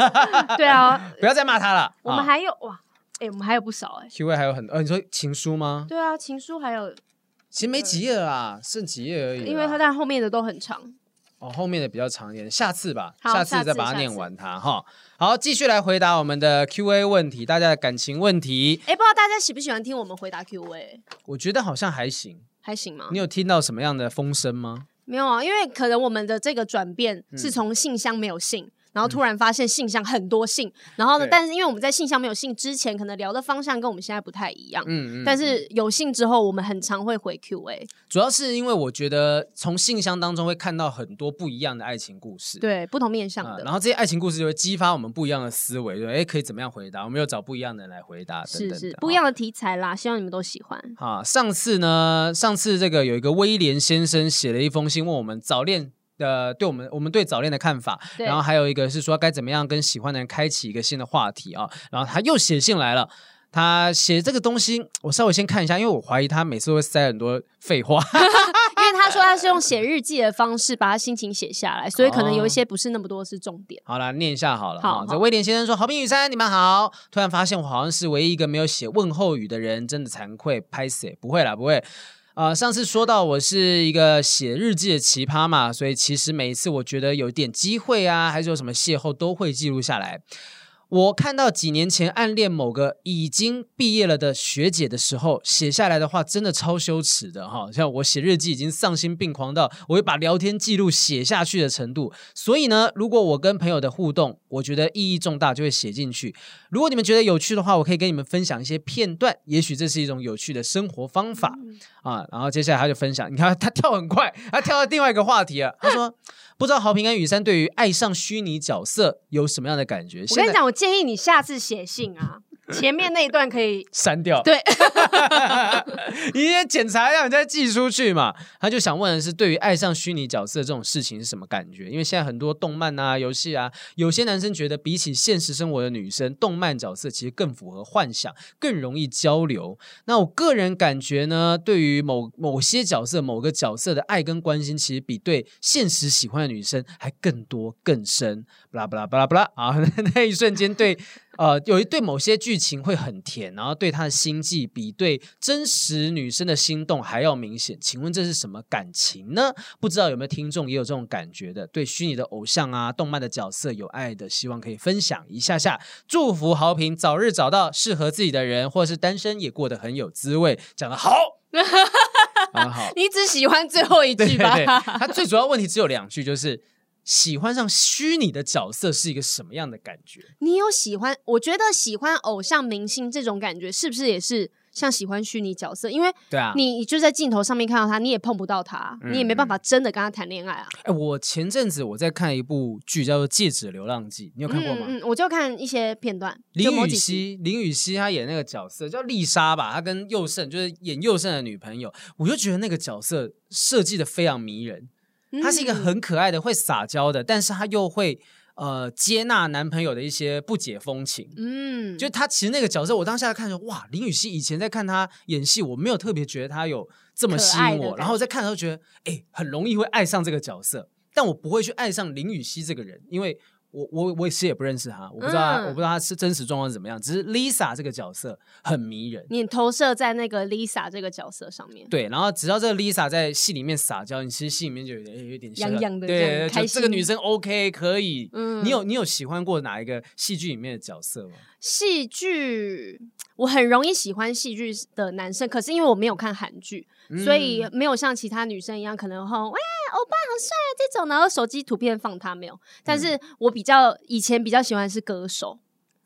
对啊，
不要再骂他了。
我们
啊、
还有、哇，哎、我们还有不少哎、
Q A 还有很多、呃，你说情书吗？
对啊，情书还有，
其实没几页了啦，剩几页而已啦。
因为它但后面的都很长。
哦，后面的比较长一点，下次吧，
好
下次
下
再
次
把它
下
念
次
完它哈。好，继续来回答我们的 Q A 问题，大家的感情问题，
哎、不知道大家喜不喜欢听我们回答 Q&A，
我觉得好像还行。
还行吗
你？有听到什么样的风声吗？
没有啊，因为可能我们的这个转变
嗯
是从信箱没有信。然后突然发现信箱很多信，然后呢
对？
但是因为我们在信箱没有信之前，可能聊的方向跟我们现在不太一样。
嗯，嗯
但
嗯
是有信之后，我们很常会回 Q&A，
主要是因为我觉得从信箱当中会看到很多不一样的爱情故事。
对不同面向
啊
的。
然后这些爱情故事就会激发我们不一样的思维，对，哎，可以怎么样回答？我们又找不一样的人来回答，等等
是
的
是
啊
不一样的题材啦，希望你们都喜欢。
啊，上次呢，上次这个有一个威廉先生写了一封信，问我们早恋的对我们我们对早恋的看法，
对
然后还有一个是说该怎么样跟喜欢的人开启一个新的话题啊，然后他又写信来了。他写这个东西，我稍微先看一下，因为我怀疑他每次都会塞很多废话。
因为他说他是用写日记的方式把他心情写下来，所以可能
哦
有一些不是那么多是重点。
好啦，念一下好了。哈
好好
这威廉先生说：“好评雨山，你们好。突然发现我好像是唯一一个没有写问候语的人，真的惭愧，拍死！不会啦，不会。呃，上次说到我是一个写日记的奇葩嘛，所以其实每一次我觉得有一点机会啊，还是有什么邂逅，都会记录下来。我看到几年前暗恋某个已经毕业了的学姐的时候，写下来的话真的超羞耻的哈，像我写日记已经丧心病狂到我会把聊天记录写下去的程度。所以呢，如果我跟朋友的互动，我觉得意义重大，就会写进去。如果你们觉得有趣的话，我可以跟你们分享一些片段，也许这是一种有趣的生活方法啊。然后接下来他就分享，你看他跳很快，他跳到另外一个话题了。他说：“不知道豪平跟雨山对于爱上虚拟角色有什么样的感觉？”
我
现
跟
在
你讲，我建议你下次写信啊，前面那一段可 以
删掉。
对，
你先检查一下，你再寄出去嘛。他就想问的是，对于爱上虚拟角色这种事情是什么感觉？因为现在很多动漫啊、游戏啊，有些男生觉得比起现实生活的女生，动漫角色其实更符合幻想，更容易交流。那我个人感觉呢，对于某某些角色、某个角色的爱跟关心，其实比对现实喜欢的女生还更多、更深。巴拉巴拉巴拉巴拉啊！ 那一瞬间对呃，有一对某些剧情会很甜，然后对她的心计比对真实女生的心动还要明显。请问这是什么感情呢？不知道有没有听众也有这种感觉的？对虚拟的偶像啊、动漫的角色有爱的，希望可以分享一下下。祝福豪平早日找到适合自己的人，或是单身也过得很有滋味。讲的好，很好。
你只喜欢最后一
对
句
对
吧？
对，他最主要问题只有两句，就是喜欢上虚拟的角色是一个什么样的感觉？
你有喜欢？我觉得喜欢偶像明星这种感觉，是不是也是像喜欢虚拟角色？因为
对啊，
你就在镜头上面看到他，你也碰不到他，你也没
嗯
办法真的跟他谈恋爱啊。
哎，我前阵子我在看一部剧叫做《戒指流浪记》，你有看过吗？
嗯嗯，我就看一些片段，就
林
某
雨
几集。
熙，林雨熙她演那个角色叫丽莎吧，她跟佑胜就是演佑胜的女朋友，我就觉得那个角色设计的非常迷人。她是一个
嗯
很可爱的，会撒娇的，但是她又会呃接纳男朋友的一些不解风情。
嗯，
就她其实那个角色，我当下看的时候，哇，林雨熙以前在看她演戏，我没有特别觉得她有这么吸
可爱
引
的
我，
感
然后我在看的时候觉得，哎，很容易会爱上这个角色，但我不会去爱上林雨熙这个人，因为我我我其实也不认识她，我不知道她、
嗯
我不知道她是真实状况是怎么样，只是 Lisa 这个角色很迷人。
你投射在那个 Lisa 这个角色上面，
对，然后只要这个 Lisa 在戏里面撒娇，你其实心里面就有点哎有点小小
痒痒的这样
对，
开
就这个
心
女生 OK 可以。
嗯
你有你有喜欢过哪一个戏剧里面的角色吗？
戏剧，我很容易喜欢戏剧的男生，可是因为我没有看韩剧，所
嗯
以没有像其他女生一样可能吼哇欧巴好帅啊这种，然后手机图片放他没有。但
嗯
是我比较以前比较喜欢是歌手，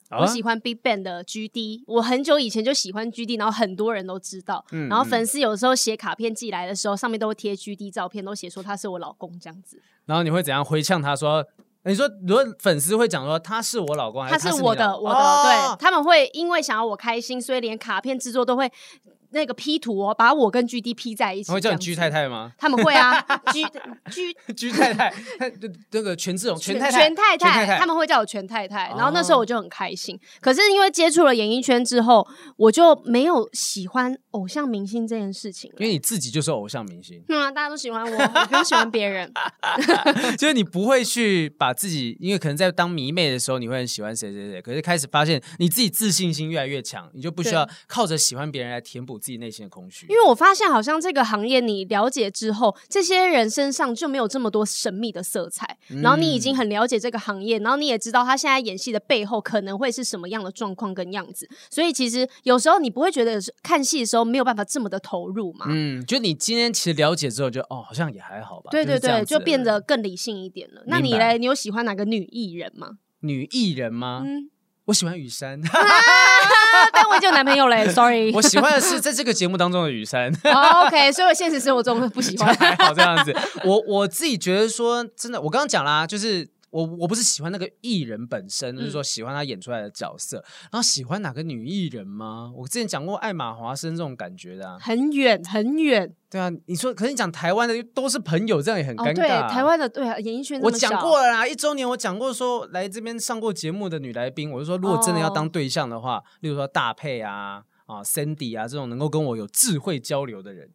啊
我喜欢 Big Bang 的 GD，我很久以前就喜欢 GD，然后很多人都知道，
嗯
然后
嗯
粉丝有时候写卡片寄来的时候，上面都会贴 GD 照片，都写说他是我老公这样子，
然后你会怎样回呛他说？哎你说，如果粉丝会讲说他是我老公，还
他
是啊是
是
你
我的
老公
我的，
哦
对他们会因为想要我开心，所以连卡片制作都会那个 P 图哦，把我跟 GD P 在一起，
他会叫你居太
太。
太吗？
他们会啊 ，G G
居太太，他那个全智勇、全太太、
全太
全太
他们会叫我全太太。然后那时
哦
候我就很开心，可是因为接触了演艺圈之后，我就没有喜欢偶像明星这件事情了，
因为你自己就是偶像明星
嗯、啊，大家都喜欢我，我不用喜欢别人。
就是你不会去把自己，因为可能在当迷妹的时候，你会很喜欢谁谁谁，可是开始发现你自己自信心越来越强，你就不需要靠着喜欢别人来填补自己内心的空虚
因。为我发现，好像这个行业你了解之后，这些人身上就没有这么多神秘的色彩。
嗯
然后你已经很了解这个行业，然后你也知道他现在演戏的背后可能会是什么样的状况跟样子。所以其实有时候你不会觉得是看戏的时候没有办法这么的投入嘛。
嗯，就你今天其实了解之后就，哦，好像也还好吧。
对
就是
对
这样
对，
子而
就
已
变得更理性一点了。那
明
你
白
嘞，你有喜欢哪个女艺人吗？
女艺人吗？
嗯，
我喜欢雨山。
啊但我已经有男朋友 嘞，sorry。
我喜欢的是在这个节目当中的雨 山，
哦 OK，所以我现实生活中不 喜欢。
还好这样子。我我自己觉得说，真的，我刚刚讲啦，就是我我不是喜欢那个艺人本身，
嗯
就是说喜欢他演出来的角色，然后喜欢哪个女艺人吗？我之前讲过艾玛华生这种感觉的、啊，
很远很远
对啊，你说，可是你讲台湾的都是朋友，这样也很
哦，
尴
对，
尬啊、
台湾的对啊，演艺圈这
我
么
讲
小
过了啦，一周年我讲过说来这边上过节目的女来宾，我就说如果真的要当
哦
对象的话，例如说大佩啊。啊，Sandy 啊，这种能够跟我有智慧交流的人，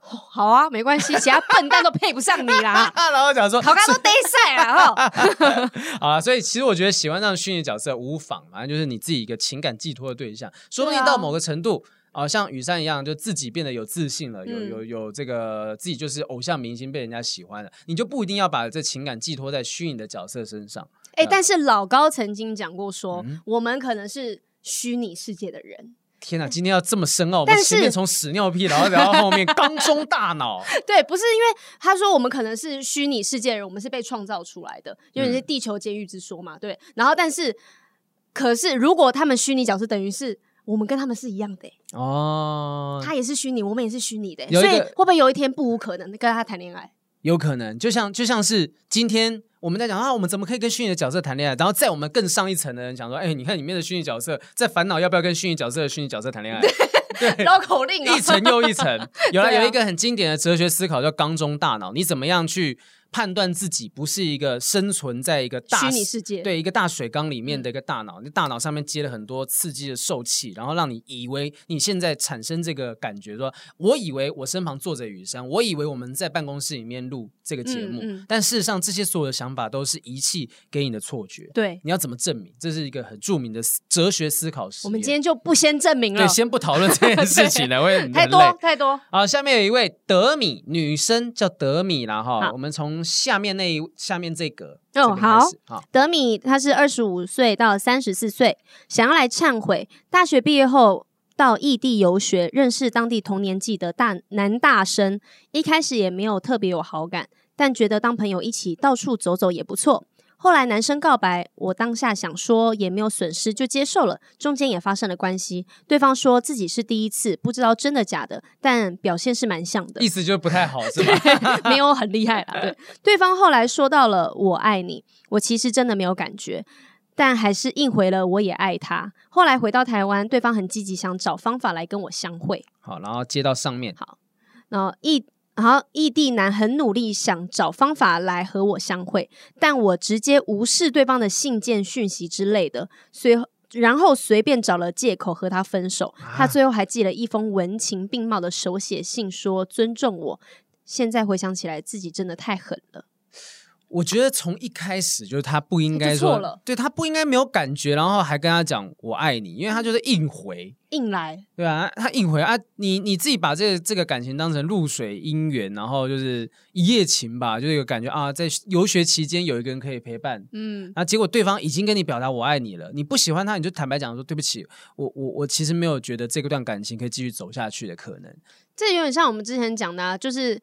好啊，没关系，其他笨蛋都配不上你啦，
啊， 然后讲说，
好咖都得晒 啦哈。
啊，所以其实我觉得喜欢上虚拟角色无妨嘛，反正就是你自己一个情感寄托的对象，说不定
对啊
到某个程度。啊、像雨山一样，就自己变得有自信了，有
嗯
有有这个自己就是偶像明星被人家喜欢了，你就不一定要把这情感寄托在虚拟的角色身上。
哎、
嗯
但是老高曾经讲过说，
嗯
我们可能是虚拟世界的人，
天哪，今天要这么深奥？我们
嗯但是
前面从屎尿屁，然后聊到后 面缸中大脑，
对，不是因为他说我们可能是虚拟世界的人，我们是被创造出来的，
嗯
因为你是地球监狱之说嘛，对。然后，但是，可是如果他们虚拟角色，等于是我们跟他们是一样的欸、
哦，
他也是虚拟，我们也是虚拟的欸、
有一
所以
个
会不会有一天不无可能地跟他谈恋爱？
有可能，就像就像是今天我们在讲啊，我们怎么可以跟虚拟的角色谈恋爱？然后在我们更上一层的人讲说，哎、你看里面的虚拟角色在烦恼要不要跟虚拟角色的虚拟角色谈恋爱，
绕口令啊
一！层又一层。有了
对啊
有一个很经典的哲学思考叫缸中大脑，你怎么样去判断自己不是一个生存在一个大
虚拟世界嗯
对一个大水缸里面的一个大脑，那大脑上面接了很多刺激的受气，然后让你以为你现在产生这个感觉说，我以为我身旁坐着雨山，我以为我们在办公室里面录这个节目，
嗯嗯
但事实上这些所有的想法都是仪器给你的错觉。
对，
你要怎么证明？这是一个很著名的思哲学思考实验。
我们今天就不先证明了
对，先不讨论 这件事情了，会很
太
很
多
累。
太多。
好，下面有一位德米，女生叫德米啦哈。
好
我们从下面那一下面这个
哦
这边开始，好，
德米他是二十五岁到三十四岁，想要来忏悔。大学毕业后到异地游学，认识当地同年纪的大男大生，一开始也没有特别有好感，但觉得当朋友一起到处走走也不错。后来男生告白，我当下想说也没有损失，就接受了。中间也发生了关系，对方说自己是第一次，不知道真的假的，但表现是蛮像的
意。思就是不太好是吧？ 嗯
没有很厉害啦。对，对方后来说到了“我爱你”，我其实真的没有感觉，但还是硬回了“我也爱他”。后来回到台湾，对方很积极，想找方法来跟我相会。
好，然后接到上面，
然后异，然后异地男很努力想找方法来和我相会，但我直接无视对方的信件讯息之类的，随然后随便找了借口和他分手。他最后还寄了一封文情并茂的手写信，说尊重我。现在回想起来，自己真的太狠了。
我觉得从一开始就是他不应该
他就错
说，
了
对他不应该没有感觉，然后还跟他讲我爱你，因为他就是硬回。
硬来，
对啊，他硬回啊，你你自己把这个这个感情当成露水姻缘，然后就是一夜情吧，就是有感觉啊，在游学期间有一个人可以陪伴，
嗯，
那结果对方已经跟你表达我爱你了，你不喜欢他，你就坦白讲说对不起，我我我其实没有觉得这段感情可以继续走下去的可能。
这有点像我们之前讲的、啊，就是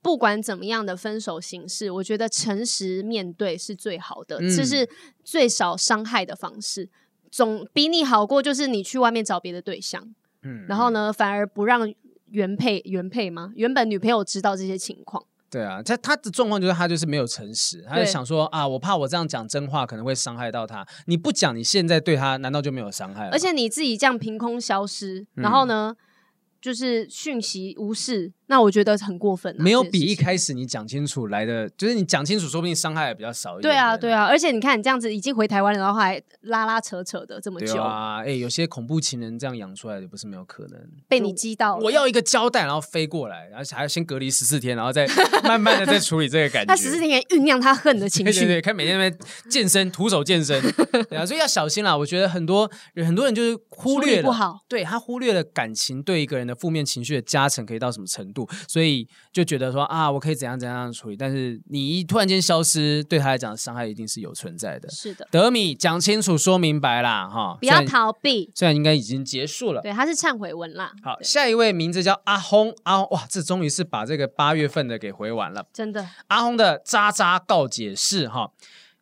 不管怎么样的分手形式，我觉得诚实面对是最好的，
嗯
这是最少伤害的方式，总比你好过就是你去外面找别的对象，
嗯，
然后？呢，反而不让原配原配吗？原本女朋友知道这些情况，
对啊，他他的状况就是他就是没有诚实，他就
对
想说啊，我怕我这样讲真话可能会伤害到他。你不讲，你现在对啊嗯他难道就没有伤害了吗？
而且你自己这样凭空消失，然后呢，就是讯息无视，那我觉得很过分、啊，
没有
这件
比
事
一
情
开始你讲清楚来的，就是你讲清楚，说不定伤害也比较少一点
对
点。
啊，对啊，而且你看你这样子已经回台湾了，然后还拉拉扯扯的这么
对
久，
啊，哎、有些恐怖情人这样养出来的不是没有可能。
被你激到了
我要一个胶带，然后飞过来，然后还要先隔离十四天，然后再慢慢的再处理这个 感觉。
他十四天可以酝酿他 恨的情
对对
绪，
对，看每天在那边健身，徒手健 身，对啊，所以要小心啦。我觉得很多很多人就是忽
处
略
理
了
不好，
对他忽略了感情对一个人的负面情绪的加成可以到什么程度，所以就觉得说啊，我可以怎样怎样处理。但是你一突然间消失，对他来讲伤害一定是有存在的。
是 的，
德米讲清楚说明白啦，哈，
不要
虽然
逃避。
虽然应该已经结束了。
对，他是忏悔文啦，
好，下一位名字叫阿轰，阿轰哇，这终于是把这个八月份的给回完了。
真的
阿红的渣渣告解释哈，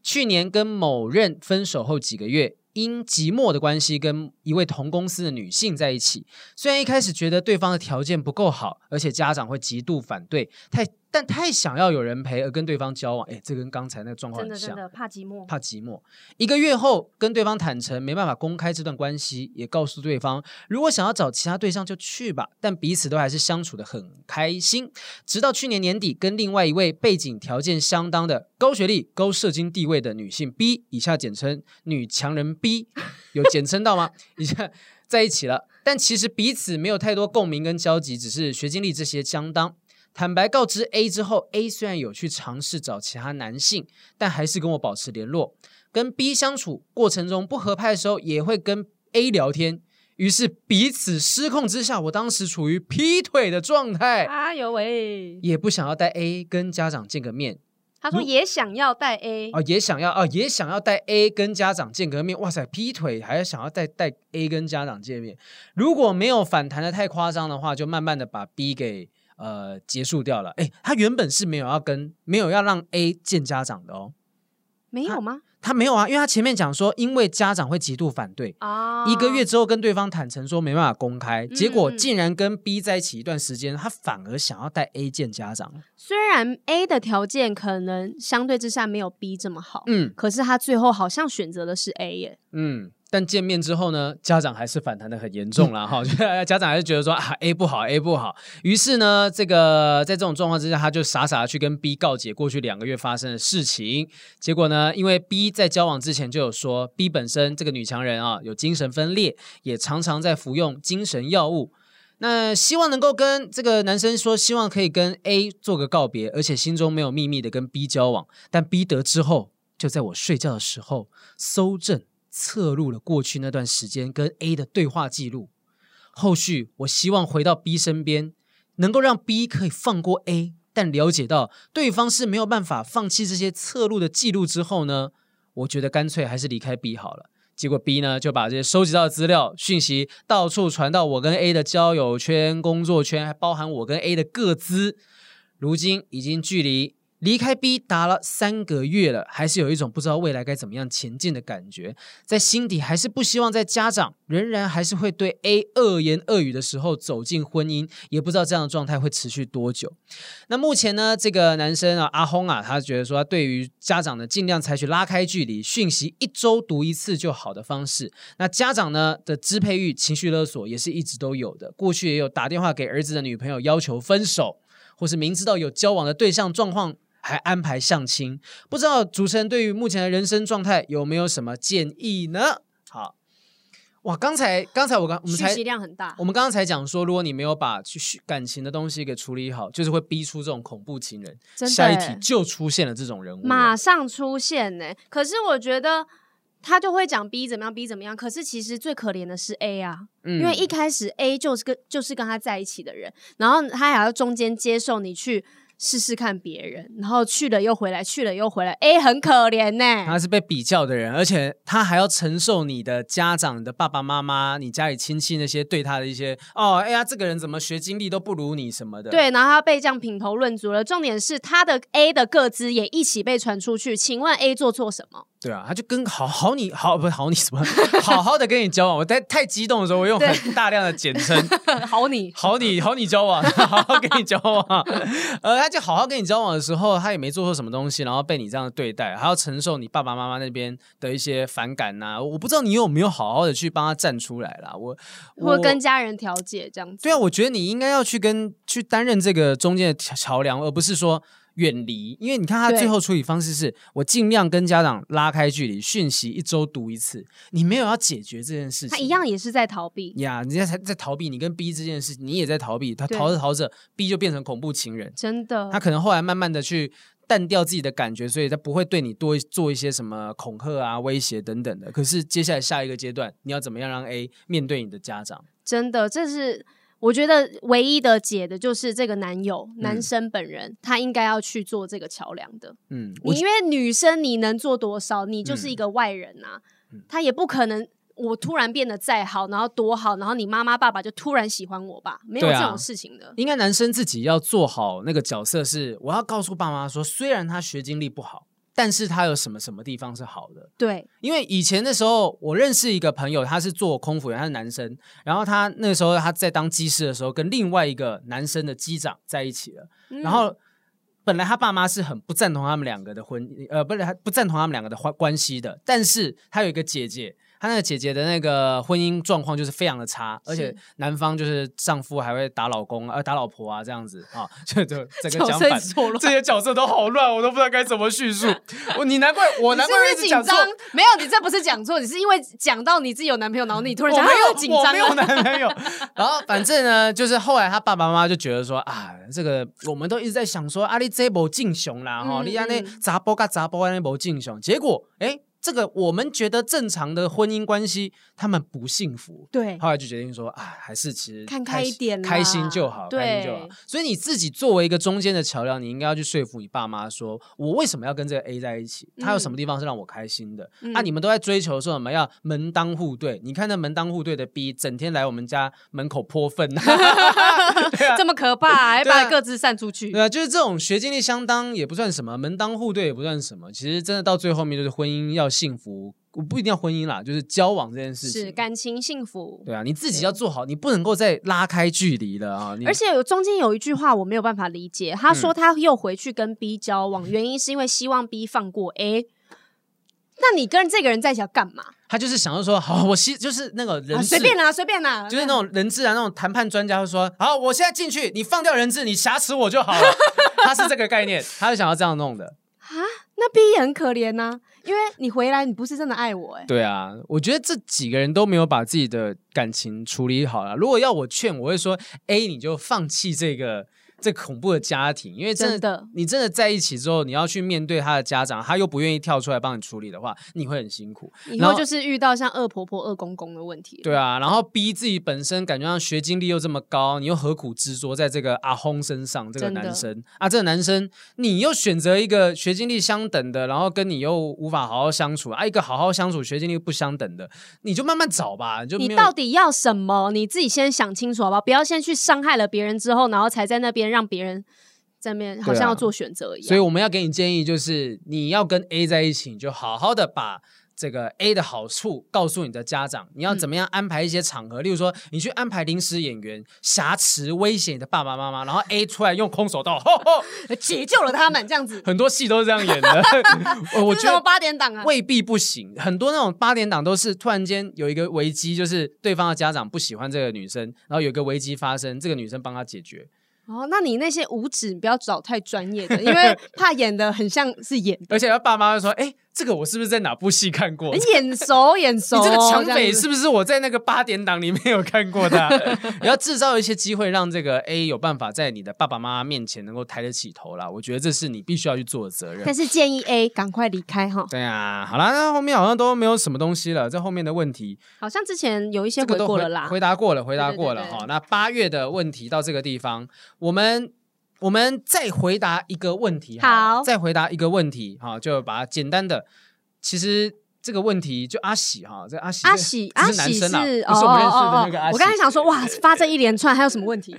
去年跟某任分手后几个月，因寂寞的关系跟一位同公司的女性在一起。虽然一开始觉得对方的条件不够好，而且家长会极度反对，太但太想要有人陪而跟对方交往，哎，这跟刚才那个状况
真
很
的真
像。
的怕寂寞，
怕寂寞。一个月后，跟对方坦诚没办法公开这段关系，也告诉对方，如果想要找其他对象就去吧，但彼此都还是相处的很开心。直到去年年底，跟另外一位背景条件相当的高学历、高社经地位的女性 B（ 以下简称女强人 B），有简称到吗？ 以下在一起了，但其实彼此没有太多共鸣跟交集，只是学经历这些相当。坦白告知 A 之后，A 虽然有去尝试找其他男性，但还是跟我保持联络。跟 B 相处过程中不合拍的时候，也会跟 A 聊天。于是彼此失控之下，我当时处于劈腿的状态，
哎呦喂，
也不想要带 A 跟家长见个面。
他说也想要带 A，
啊，也想要啊，也想要带 A 跟家长见个面。哇塞，劈腿还想要带带 A 跟家长见面。如果没有反弹的太夸张的话，就慢慢的把 B 给呃结束掉了。哎，他原本是没有要跟没有要让 A 见家长的哦，
没有吗？
他没有啊，因为他前面讲说，因为家长会极度反对。
啊，
一个月之后跟对方坦诚说没办法公开，结果
哦嗯
竟然跟 B 在一起一段时间，他反而想要带 A 见家长。
虽然 A 的条件可能相对之下没有 B 这么好，
嗯
可是他最后好像选择的是 A 耶。
嗯，但见面之后呢，家长还是反弹的很严重啦。哈，就家长还是觉得说啊 A 不好 A 不好，于是呢，这个在这种状况之下，他就傻傻的去跟 B 告解过去两个月发生的事情。结果呢，因为 B 在交往之前就有说，B 本身这个女强人啊有精神分裂，也常常在服用精神药物。那希望能够跟这个男生说，希望可以跟 A 做个告别，而且心中没有秘密的跟 B 交往。但 B 得知后，就在我睡觉的时候搜证测录了过去那段时间跟 A 的对话记录。后续我希望回到 B 身边，能够让 B 可以放过 A，但了解到对方是没有办法放弃这些侧录的记录之后呢，我觉得干脆还是离开 B 好了。结果 B 呢就把这些收集到的资料、讯息到处传到我跟 A 的交友圈、工作圈，还包含我跟 A 的各资。如今已经距离离开 B 达了三个月了，还是有一种不知道未来该怎么样前进的感觉，在心底还是不希望在家长仍然还是会对 A 恶言恶语的时候走进婚姻，也不知道这样的状态会持续多久。那目前呢，这个男生啊，阿轰啊，他觉得说，他对于家长呢，尽量采取拉开距离、讯息一周读一次就好的方式。那家长呢的支配欲、情绪勒索也是一直都有的，过去也有打电话给儿子的女朋友要求分手，或是明知道有交往的对象状况。还安排相亲，不知道主持人对于目前的人生状态有没有什么建议呢？好，哇，刚才刚才我刚我们
讯
才哦
息量很大
我，们刚刚才讲说，如果你没有把去去感情的东西给处理好，就是会逼出这种恐怖情人。
真的
下一
耶
题就出现了这种人物了。
马上出现呢、可是我觉得他就会讲 B 怎么样，B 怎么样。可是其实最可怜的是 A 啊，
嗯
因为一开始 A 就是跟就是跟他在一起的人，然后他还要中间接受你去试试看别人，然后去了又回来，去了又回来，A 很可怜呢、
他是被比较的人，而且他还要承受你的家长、你的爸爸妈妈、你家里亲戚那些对他的一些哦，哎呀，这个人怎么学经历都不如你什么的。，
对，然后他被这样品头论足了。重点是他的 A 的个资也一起被传出去，请问 A 做错什么？
对啊，他就跟好好你好不是好你什么，好好的跟你交往。我太太激动的时候，我 用很大量的简称，
好 你
好 你好你交往， 好好跟你交往。 呃，他就好好跟你交往的时候，他也没做错什么东西，然后被你这样对待，还要承受你爸爸妈妈那边的一些反感呐、我不知道你有没有好好的去帮他站出来啦。我
或
我
跟家人调解这样子。
对啊，我觉得你应该要去跟去担任这个中间的桥桥梁，而不是说远离。因为你看他
对
最后处理方式是，我尽量跟家长拉开距离，讯息一周读一次。你没有要解决这件事情，
他一样也是在逃避，
呀，人家才在逃避你跟 B 这件事，你也在逃避，他
对
逃着逃着，B 就变成恐怖情人。
真的
他。可能后来慢慢的去淡掉自己的感觉，所以他不会对你多做一些什么恐吓啊、威胁等等的。可是接下来下一个阶段，你要怎么样让 A 面对你的家长？
真的，这是我觉得唯一的解的就是这个男友、
嗯
男生本人，他应该要去做这个桥梁的。
嗯，我嗯
你因为女生你能做多少？你就是一个外人啊，他也不可能。我突然变得再好，然后多好，然后你妈妈爸爸就突然喜欢我吧？没有
对
这
啊
种事情的。
应该男生自己要做好那个角色是，我要告诉爸妈说，虽然他学经历不好，但是他有什么什么地方是好的。
对，
因为以前的时候，我认识一个朋友，他是做空服员，他是男生。然后他那个时候他在当机师的时候，跟另外一个男生的机长在一起了。
嗯
然后本来他爸妈是很不赞同他们两个的婚，呃，不是他不赞同他们两个的关关系的。但是他有一个姐姐，他那个姐姐的那个婚姻状况就是非常的差，而且
是
男方就是丈夫还会打老公，呃，打老婆啊这样子啊， 就就整个
角
讲
色
反。
错乱，
这些角色都好乱，我都不知道该怎么叙 述。我你难怪我难怪会一直
你是不是
讲
紧
错
张，？没有，你这不是讲错，你是因为讲到你自己有男朋友，然后你突然
我
讲
没
啊
有
我紧张
我没有
了。
男朋友。然后反正呢，就是后来他爸爸妈妈就觉得说啊，这个我们都一直在想说，啊，你这波进雄啦，哈、
嗯
你安那
嗯
杂波嘎杂波安那波进雄，结果哎。这个我们觉得正常的婚姻关系，他们不幸福。
对，
后来就决定说，啊，还是其实
看
开
开一
心
点啦
开心就好，开心就好
对。
所以你自己作为一个中间的桥梁，你应该要去说服你爸妈说，我为什么要跟这个 A 在一起？他有什
嗯
么地方是让我开心的？啊，你们都在追求说什么要门当户对？你看那门当户对的 B，整天来我们家门口泼粪，啊 对啊
这，么可怕、还
对啊
把各自散出去
对。啊，就是这种学经历相当也不算什么，门当户对也不算什么。其实真的到最后面，就是婚姻要幸福，不一定要婚姻啦，就是交往这件事
是
情。
感情幸福。
对啊，你自己要做好，你不能够再拉开距离了啊！你嗯
而且有中间有一句话我没有办法理解，他说他又回去跟 B 交往，原因是因为希望 B 放过 A。那你跟这个人在一起要干嘛？
他就是想要说，好，我希就是那个人
啊
质，
随便啦，随便啦，
就是那种人质啊，那种谈判专家会说，好，我现在进去，你放掉人质，你挟持我就好了。 他是这个概念，他是想要这样弄的。
啊那 B 也很可怜呐、因为你回来，你不是真的爱我哎、
对啊，我觉得这几个人都没有把自己的感情处理好了。如果要我劝，我会说，A 你就放弃这个这恐怖的家庭，因为真的
真的
你真的在一起之后，你要去面对他的家长，他又不愿意跳出来帮你处理的话，你会很辛苦。
以
然
后
后
就是遇到像恶婆婆、恶公公的问题。
对啊，然后逼自己本身感觉上学经历又这么高，你又何苦执着在这个阿轰身上？这个
真的
男生啊，这个男生，你又选择一个学经历相等的，然后跟你又无法好好相处啊，一个好好相处学经历不相等的，你就慢慢找吧，你就没
你
有
到底要什么？你自己先想清楚好不好？不要先去伤害了别人之后，然后才在那边让别人在那边好像要做选择一
啊所
样。
以我们要给你建议，就是你要跟 A 在一起，你就好好的把这个 A 的好处告诉你的家长，你
嗯
要怎么样安排一些场合，例如说你去安排临时演员挟持威胁你的爸爸妈妈，然后 A 出来用空手道，吼吼，
解救了他们这样子，
很多戏都是这样演 的。呃我
这
觉
是什么
得
八点档啊？
未必不行，很多那种八点档都是突然间有一个危机，就是对方的家长不喜欢这个女生，然后有一个危机发生，这个女生帮他解决。
哦，那你那些五指你不要找太专业的，因 为怕演的很像是演
而且他爸妈会说：“哎、这个我是不是在哪部戏看过？”
很眼熟眼熟。哦
你哦这个抢匪
样子
是不是我在那个八点档里面有看过 的啊、你要制造一些机会，让这个 A 有办法在你的爸爸妈妈面前能够抬得起头啦。我觉得这是你必须要去做的责任
但。是建议 A 赶快离开哈，
对啊，好啦，那后面好像都没有什么东西了。这后面的问题，
好像之前有一些
这
回
个都
过
回
了啦。
回答过了，回答
对对
过了
对对
哈。那八月的问题到这个地方，我们我们再回答一个问题了
好
再回答一个问题哈，就把它简单的，其实这个问题就阿喜哈，这阿喜
阿
这
喜，
这
阿
是男
喜
生啦
是哦
不是我们认识的那个阿喜
我刚才想说，哇，发这一连串还有什么问题？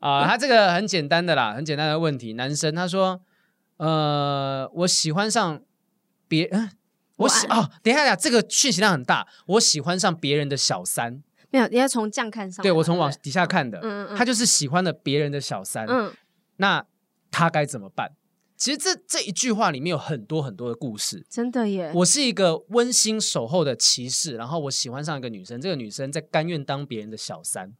啊，他这个很简单的啦，很简单的问题。男生他说，呃，我喜欢上别，嗯我喜
我爱啊
哦，等一下呀，这个讯息量很大，我喜欢上别人的小三，
没有，你要从这样看上来。
对我从
不
往底下看的，
嗯嗯嗯
他就是喜欢了别人的小三，
嗯，
那他该怎么办？其实这这一句话里面有很多很多的故事。
真的耶，
我是一个温馨守候的骑士，然后我喜欢上一个女生，这个女生在甘愿当别人的小三，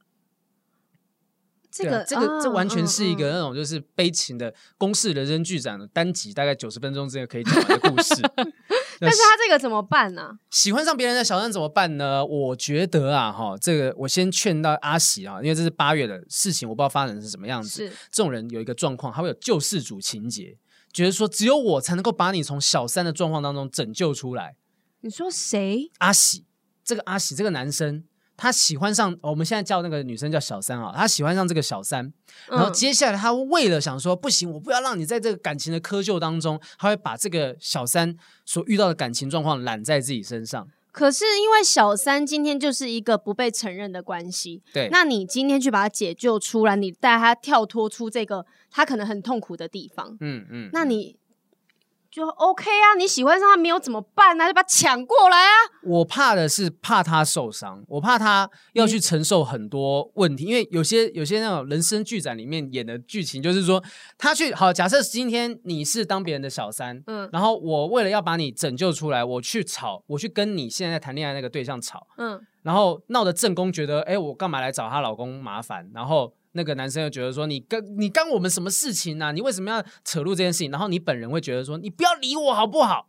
这
对啊
个
这个、
啊
这完全是一个
嗯嗯
那种就是悲情的公式人生剧展的单集，大概九十分钟之内可以讲完的故 事。那
但是他这个怎么办啊呢？
喜欢上别人的小三怎么办呢？我觉得啊，哈，这个我先劝到阿喜啊，因为这是八月的事情，我不知道发展成什么样子。
是
这种人有一个状况，他会有救世主情节，觉得说只有我才能够把你从小三的状况当中拯救出来。
你说谁？
阿喜，这个阿喜这个男生，他喜欢上、哦我们现在叫那个女生叫小三啊，他喜欢上这个小三，然后
嗯
接下来他为了想说不行，我不要让你在这个感情的窠臼当中，他会把这个小三所遇到的感情状况揽在自己身上。
可是因为小三今天就是一个不被承认的关系，
对，
那你今天去把他解救出来，你带他跳脱出这个他可能很痛苦的地方，
嗯嗯，
那你就 OK 啊？你喜欢上他没有怎么办呢、啊？就把他抢过来啊！
我怕的是怕他受伤，我怕他要
嗯
去承受很多问题，因为有些有些那种人生剧展里面演的剧情，就是说他去好，假设今天你是当别人的小三，
嗯
然后我为了要把你拯救出来，我去吵，我去跟你现在谈恋爱那个对象吵，
嗯，
然后闹得正宫觉得，哎，我干嘛来找她老公麻烦？然后那个男生又觉得说，你跟你干我们什么事情呢、你为什么要扯入这件事情？然后你本人会觉得说，你不要理我好不好？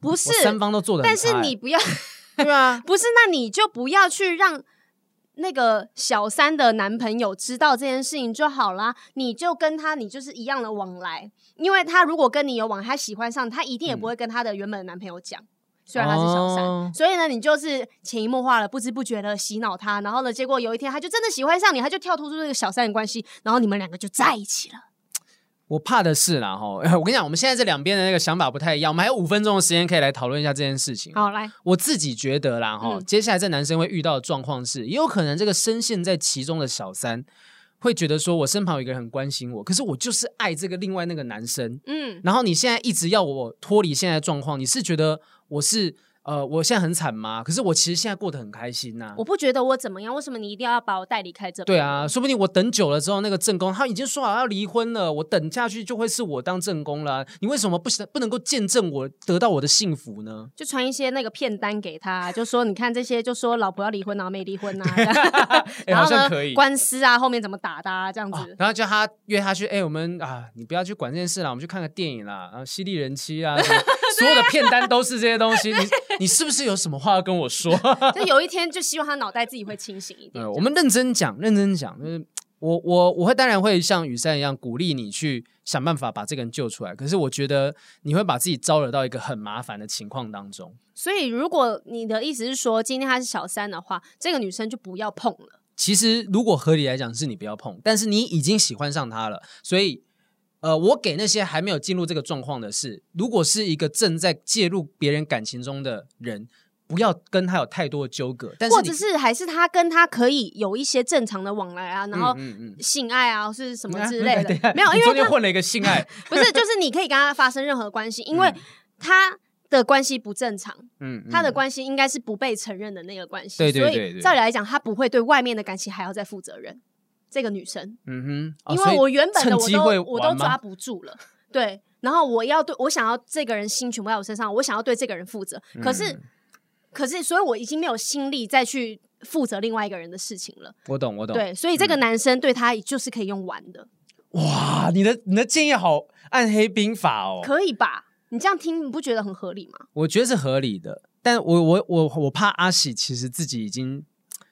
不是
我，三方都欸做的、
但是你不要。
对啊，
不是，那你就不要去让那个小三的男朋友知道这件事情就好啦。你就跟他，你就是一样的
嗯
往来，因为他如果跟你有往来，他喜欢上，他一定也不会跟他的原本的男朋友讲。虽然他是小三，
哦
所以呢，你就是潜移默化了，不知不觉的洗脑他，然后呢，结果有一天他就真的喜欢上你，他就跳脱出这个小三的关系，然后你们两个就在一起了。
我怕的是啦哈，吼 我跟你讲，我们现在这两边的那个想法不太一样，我们还有五分钟的时间可以来讨论一下这件事情。
好，来，
我自己觉得啦哈，
嗯
接下来这男生会遇到的状况是，也有可能这个深陷在其中的小三会觉得说，我身旁有一个人很关心我，可是我就是爱这个另外那个男生，
嗯，
然后你现在一直要我脱离现在的状况，你是觉得我是呃我现在很惨吗？可是我其实现在过得很开心呐、
我不觉得我怎么样，为什么你一定要把我带离开这？
对，啊，说不定我等久了之后，那个正宫他已经说好要离婚了，我等下去就会是我当正宫了啊。你为什么不是不能够见证我得到我的幸福呢？
就传一些那个片单给他，啊就说你看这些，就说老婆要离婚啊，然后没离婚啊，
哎
然
好
后
像
呢
可以，
官司啊，后面怎么打的啊，这样
啊
子。
然后叫他约他去，哎、我们啊，你不要去管这件事啦，我们去看个电影啦，然后犀利人妻啊， 什么所有的片单都是这些东西。你你是不是有什么话要跟我说？
就有一天就希望他脑袋自己会清醒一点。
呃，我们认真讲，认真讲，就是我我我会当然会像雨山一样鼓励你去想办法把这个人救出来，可是我觉得你会把自己招惹到一个很麻烦的情况当中。
所以如果你的意思是说今天他是小三的话，这个女生就不要碰了。
其实如果合理来讲，是你不要碰，但是你已经喜欢上他了，所以。呃，我给那些还没有进入这个状况的是，如果是一个正在介入别人感情中的人，不要跟他有太多的纠葛，但是
或
你
者是还是他跟他可以有一些正常的往来啊，然后
嗯嗯嗯
性爱啊，或是什么
啊
之类
等一
的，
下
没有，
你
因
中
为
间
他
混了一个性 爱，
不是就是你可以跟他发生任何关系，因为他的关系不正常，
嗯，嗯
他的关系应该是不被承认的那个关系，
对对
所
对
以
对
照理来讲，他不会对外面的感情还要再负责任。这个女生，
嗯哼，哦
因
所
为
以
我原本的
趁
我
机
都
会
我都
玩吗
抓不住了，对。然后我要对我想要这个人心全部在我身上，我想要对这个人负责。可是，
嗯
可是，所以我已经没有心力再去负责另外一个人的事情了。
我懂我嗯懂，
对，所以这个男生对他就是可以用玩的，
哇，你的你的建议好暗黑兵法哦，
可以吧？你这样听，你不觉得很合理吗？
我觉得是合理的，但我我我我怕阿喜其实自己已经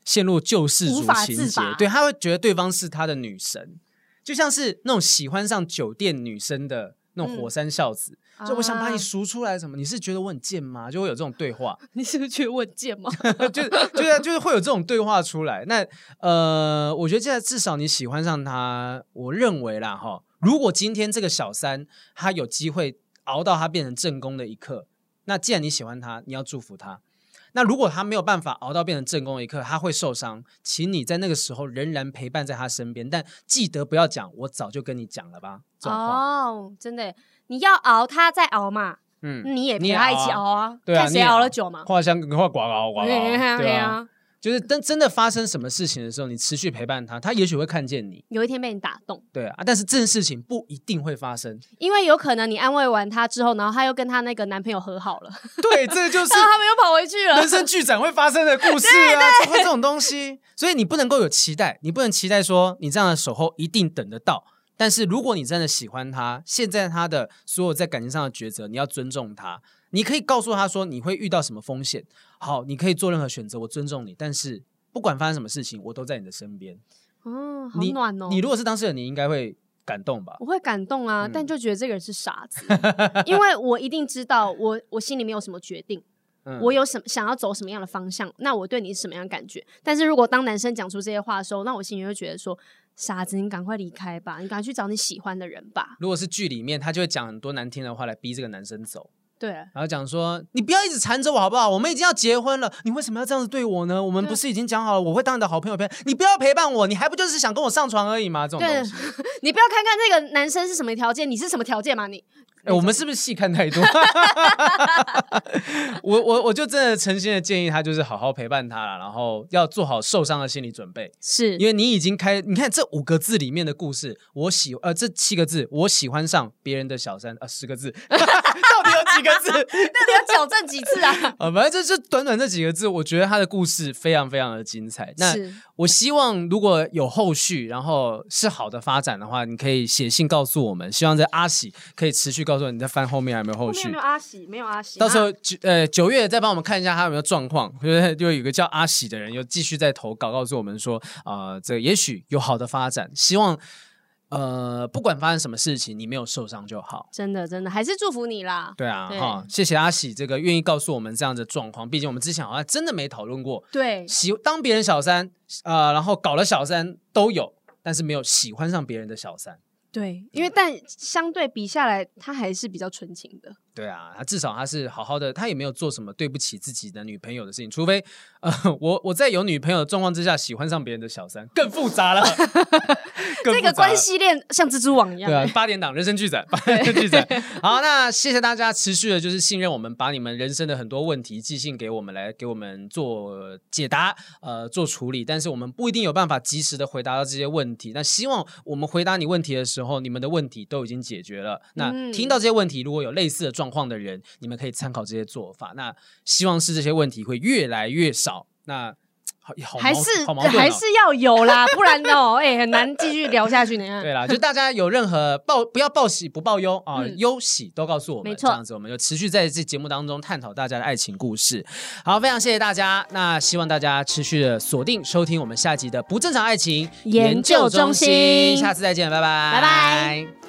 陷入救世主
无法
情
自
节
拔，
对，他会觉得对方是他的女神，就像是那种喜欢上酒店女生的那种火山孝子，就我想把你
嗯啊
赎出来，什么？你是觉得我很贱吗？就会有这种对话，
你是不是觉得我很贱吗？
就是就是就是会有这种对话出来。那呃，我觉得现在至少你喜欢上他，我认为啦哈，如果今天这个小三他有机会熬到他变成正宫的一刻，那既然你喜欢他，你要祝福他。那如果他没有办法熬到变成正宫的一刻，他会受伤，请你在那个时候仍然陪伴在他身边，但记得不要讲我早就跟你讲了吧这种话。
哦，真的，你要熬，他再熬嘛，
嗯，
你也
你也
陪他一起
熬
熬啊，
对啊
看
你
谁
也
熬
熬
了久嘛。
画香画广 告 广告，对啊，
啊，
就是当真的发生什么事情的时候，你持续陪伴他，他也许会看见你。
有一天被你打动。
对啊，但是这件事情不一定会发生。
因为有可能你安慰完她之后，然后她又跟她那个男朋友和 好了，
对，这就是
然后他们又跑回去了
人。生剧展会发生的故事啊，怎么会这种东西？所以你不能够有期待，你不能期待说你这样的守候一定等得到。但是如果你真的喜欢他，现在他的所有在感情上的抉择，你要尊重他。你可以告诉他说你会遇到什么风险，好，你可以做任何选择，我尊重你。但是不管发生什么事情，我都在你的身边。
嗯，好
你
暖哦。
你如果是当事人，你应该会感动吧？
我会感动啊，
嗯
但就觉得这个人是傻子， 因为我一定知道我我心里面有什么决定，
嗯
我有什么想要走什么样的方向，那我对你是什么样的感觉。但是如果当男生讲出这些话的时候，那我心里就觉得说，傻子，你赶快离开吧，你赶快去找你喜欢的人吧。
如果是剧里面，他就会讲很多难听的话来逼这个男生走，
对，啊
然后讲说：“你不要一直缠着我好不好？我们已经要结婚了，你为什么要这样子对我呢？我们
对
不是已经讲好了，我会当你的好朋友陪，你不要陪伴我，你还不就是想跟我上床而已吗？”这种东西，
你不要看看那个男生是什么条件，你是什么条件嘛？你
哎、我们是不是戏看太多？ 我我我就真的诚心的建议他，就是好好陪伴他了，然后要做好受伤的心理准备，
是
因为你已经开，你看这五个字里面的故事，我喜呃这七个字，我喜欢上别人的小三，呃十个字， 到底有几个字？
到底要矫正几次啊？
啊，反正这这短短这几个字，我觉得他的故事非常非常的精彩。那
是
我希望如果有后续，然后是好的发展的话，你可以写信告诉我们。希望这阿喜可以持续告诉我你在翻后面还有没有
后
后
面
续
有没。有阿喜？没有阿喜，
到时候九呃九月再帮我们看一下他有没有状况，因为就有一个叫阿喜呃的人又继续在投稿，告诉我们说，啊，这个也许有好的发展，希望呃，不管发生什么事情，你没有受伤就好。
真的真的，还是祝福你啦。
对啊，
对
哈，谢谢阿喜这个愿意告诉我们这样的状况，毕竟我们之前好像真的没讨论过，
对，
喜当别人小三，呃，然后搞了小三都有，但是没有喜欢上别人的小三。
对，
嗯
因为但相对比下来，他还是比较纯情的。
对啊，他至少他是好好的，他也没有做什么对不起自己的女朋友的事情，除非呃，我我在有女朋友的状况之下喜欢上别人的小三，更复 杂了，更复
这
杂
个
了
关。系链像蜘蛛网一样
对。啊，八点档人生剧 展，八点档剧展。好，那谢谢大家持续的，就是信任我们，把你们人生的很多问题寄信给我们，来给我们做解答，呃，做处理。但是我们不一定有办法及时的回答到这些问题。那希望我们回答你问题的时候，你们的问题都已经解决了。那
嗯
听到这些问题，如果有类似的状况的人，你们可以参考这些做法。那希望是这些问题会越来越少。那好，好矛
还是
好矛盾、哦、
还是要有啦，不然哦，哎、很难继续聊下去 呢。
对啦，就大家有任何报不要报喜不报忧啊，
嗯
忧、喜都告诉我们，
没错
这样子我们就持续在这节目当中探讨大家的爱情故事。好，非常谢谢大家，那希望大家持续的锁定收听我们下集的不正常爱情
研究中心
下次再见，拜拜，
拜拜。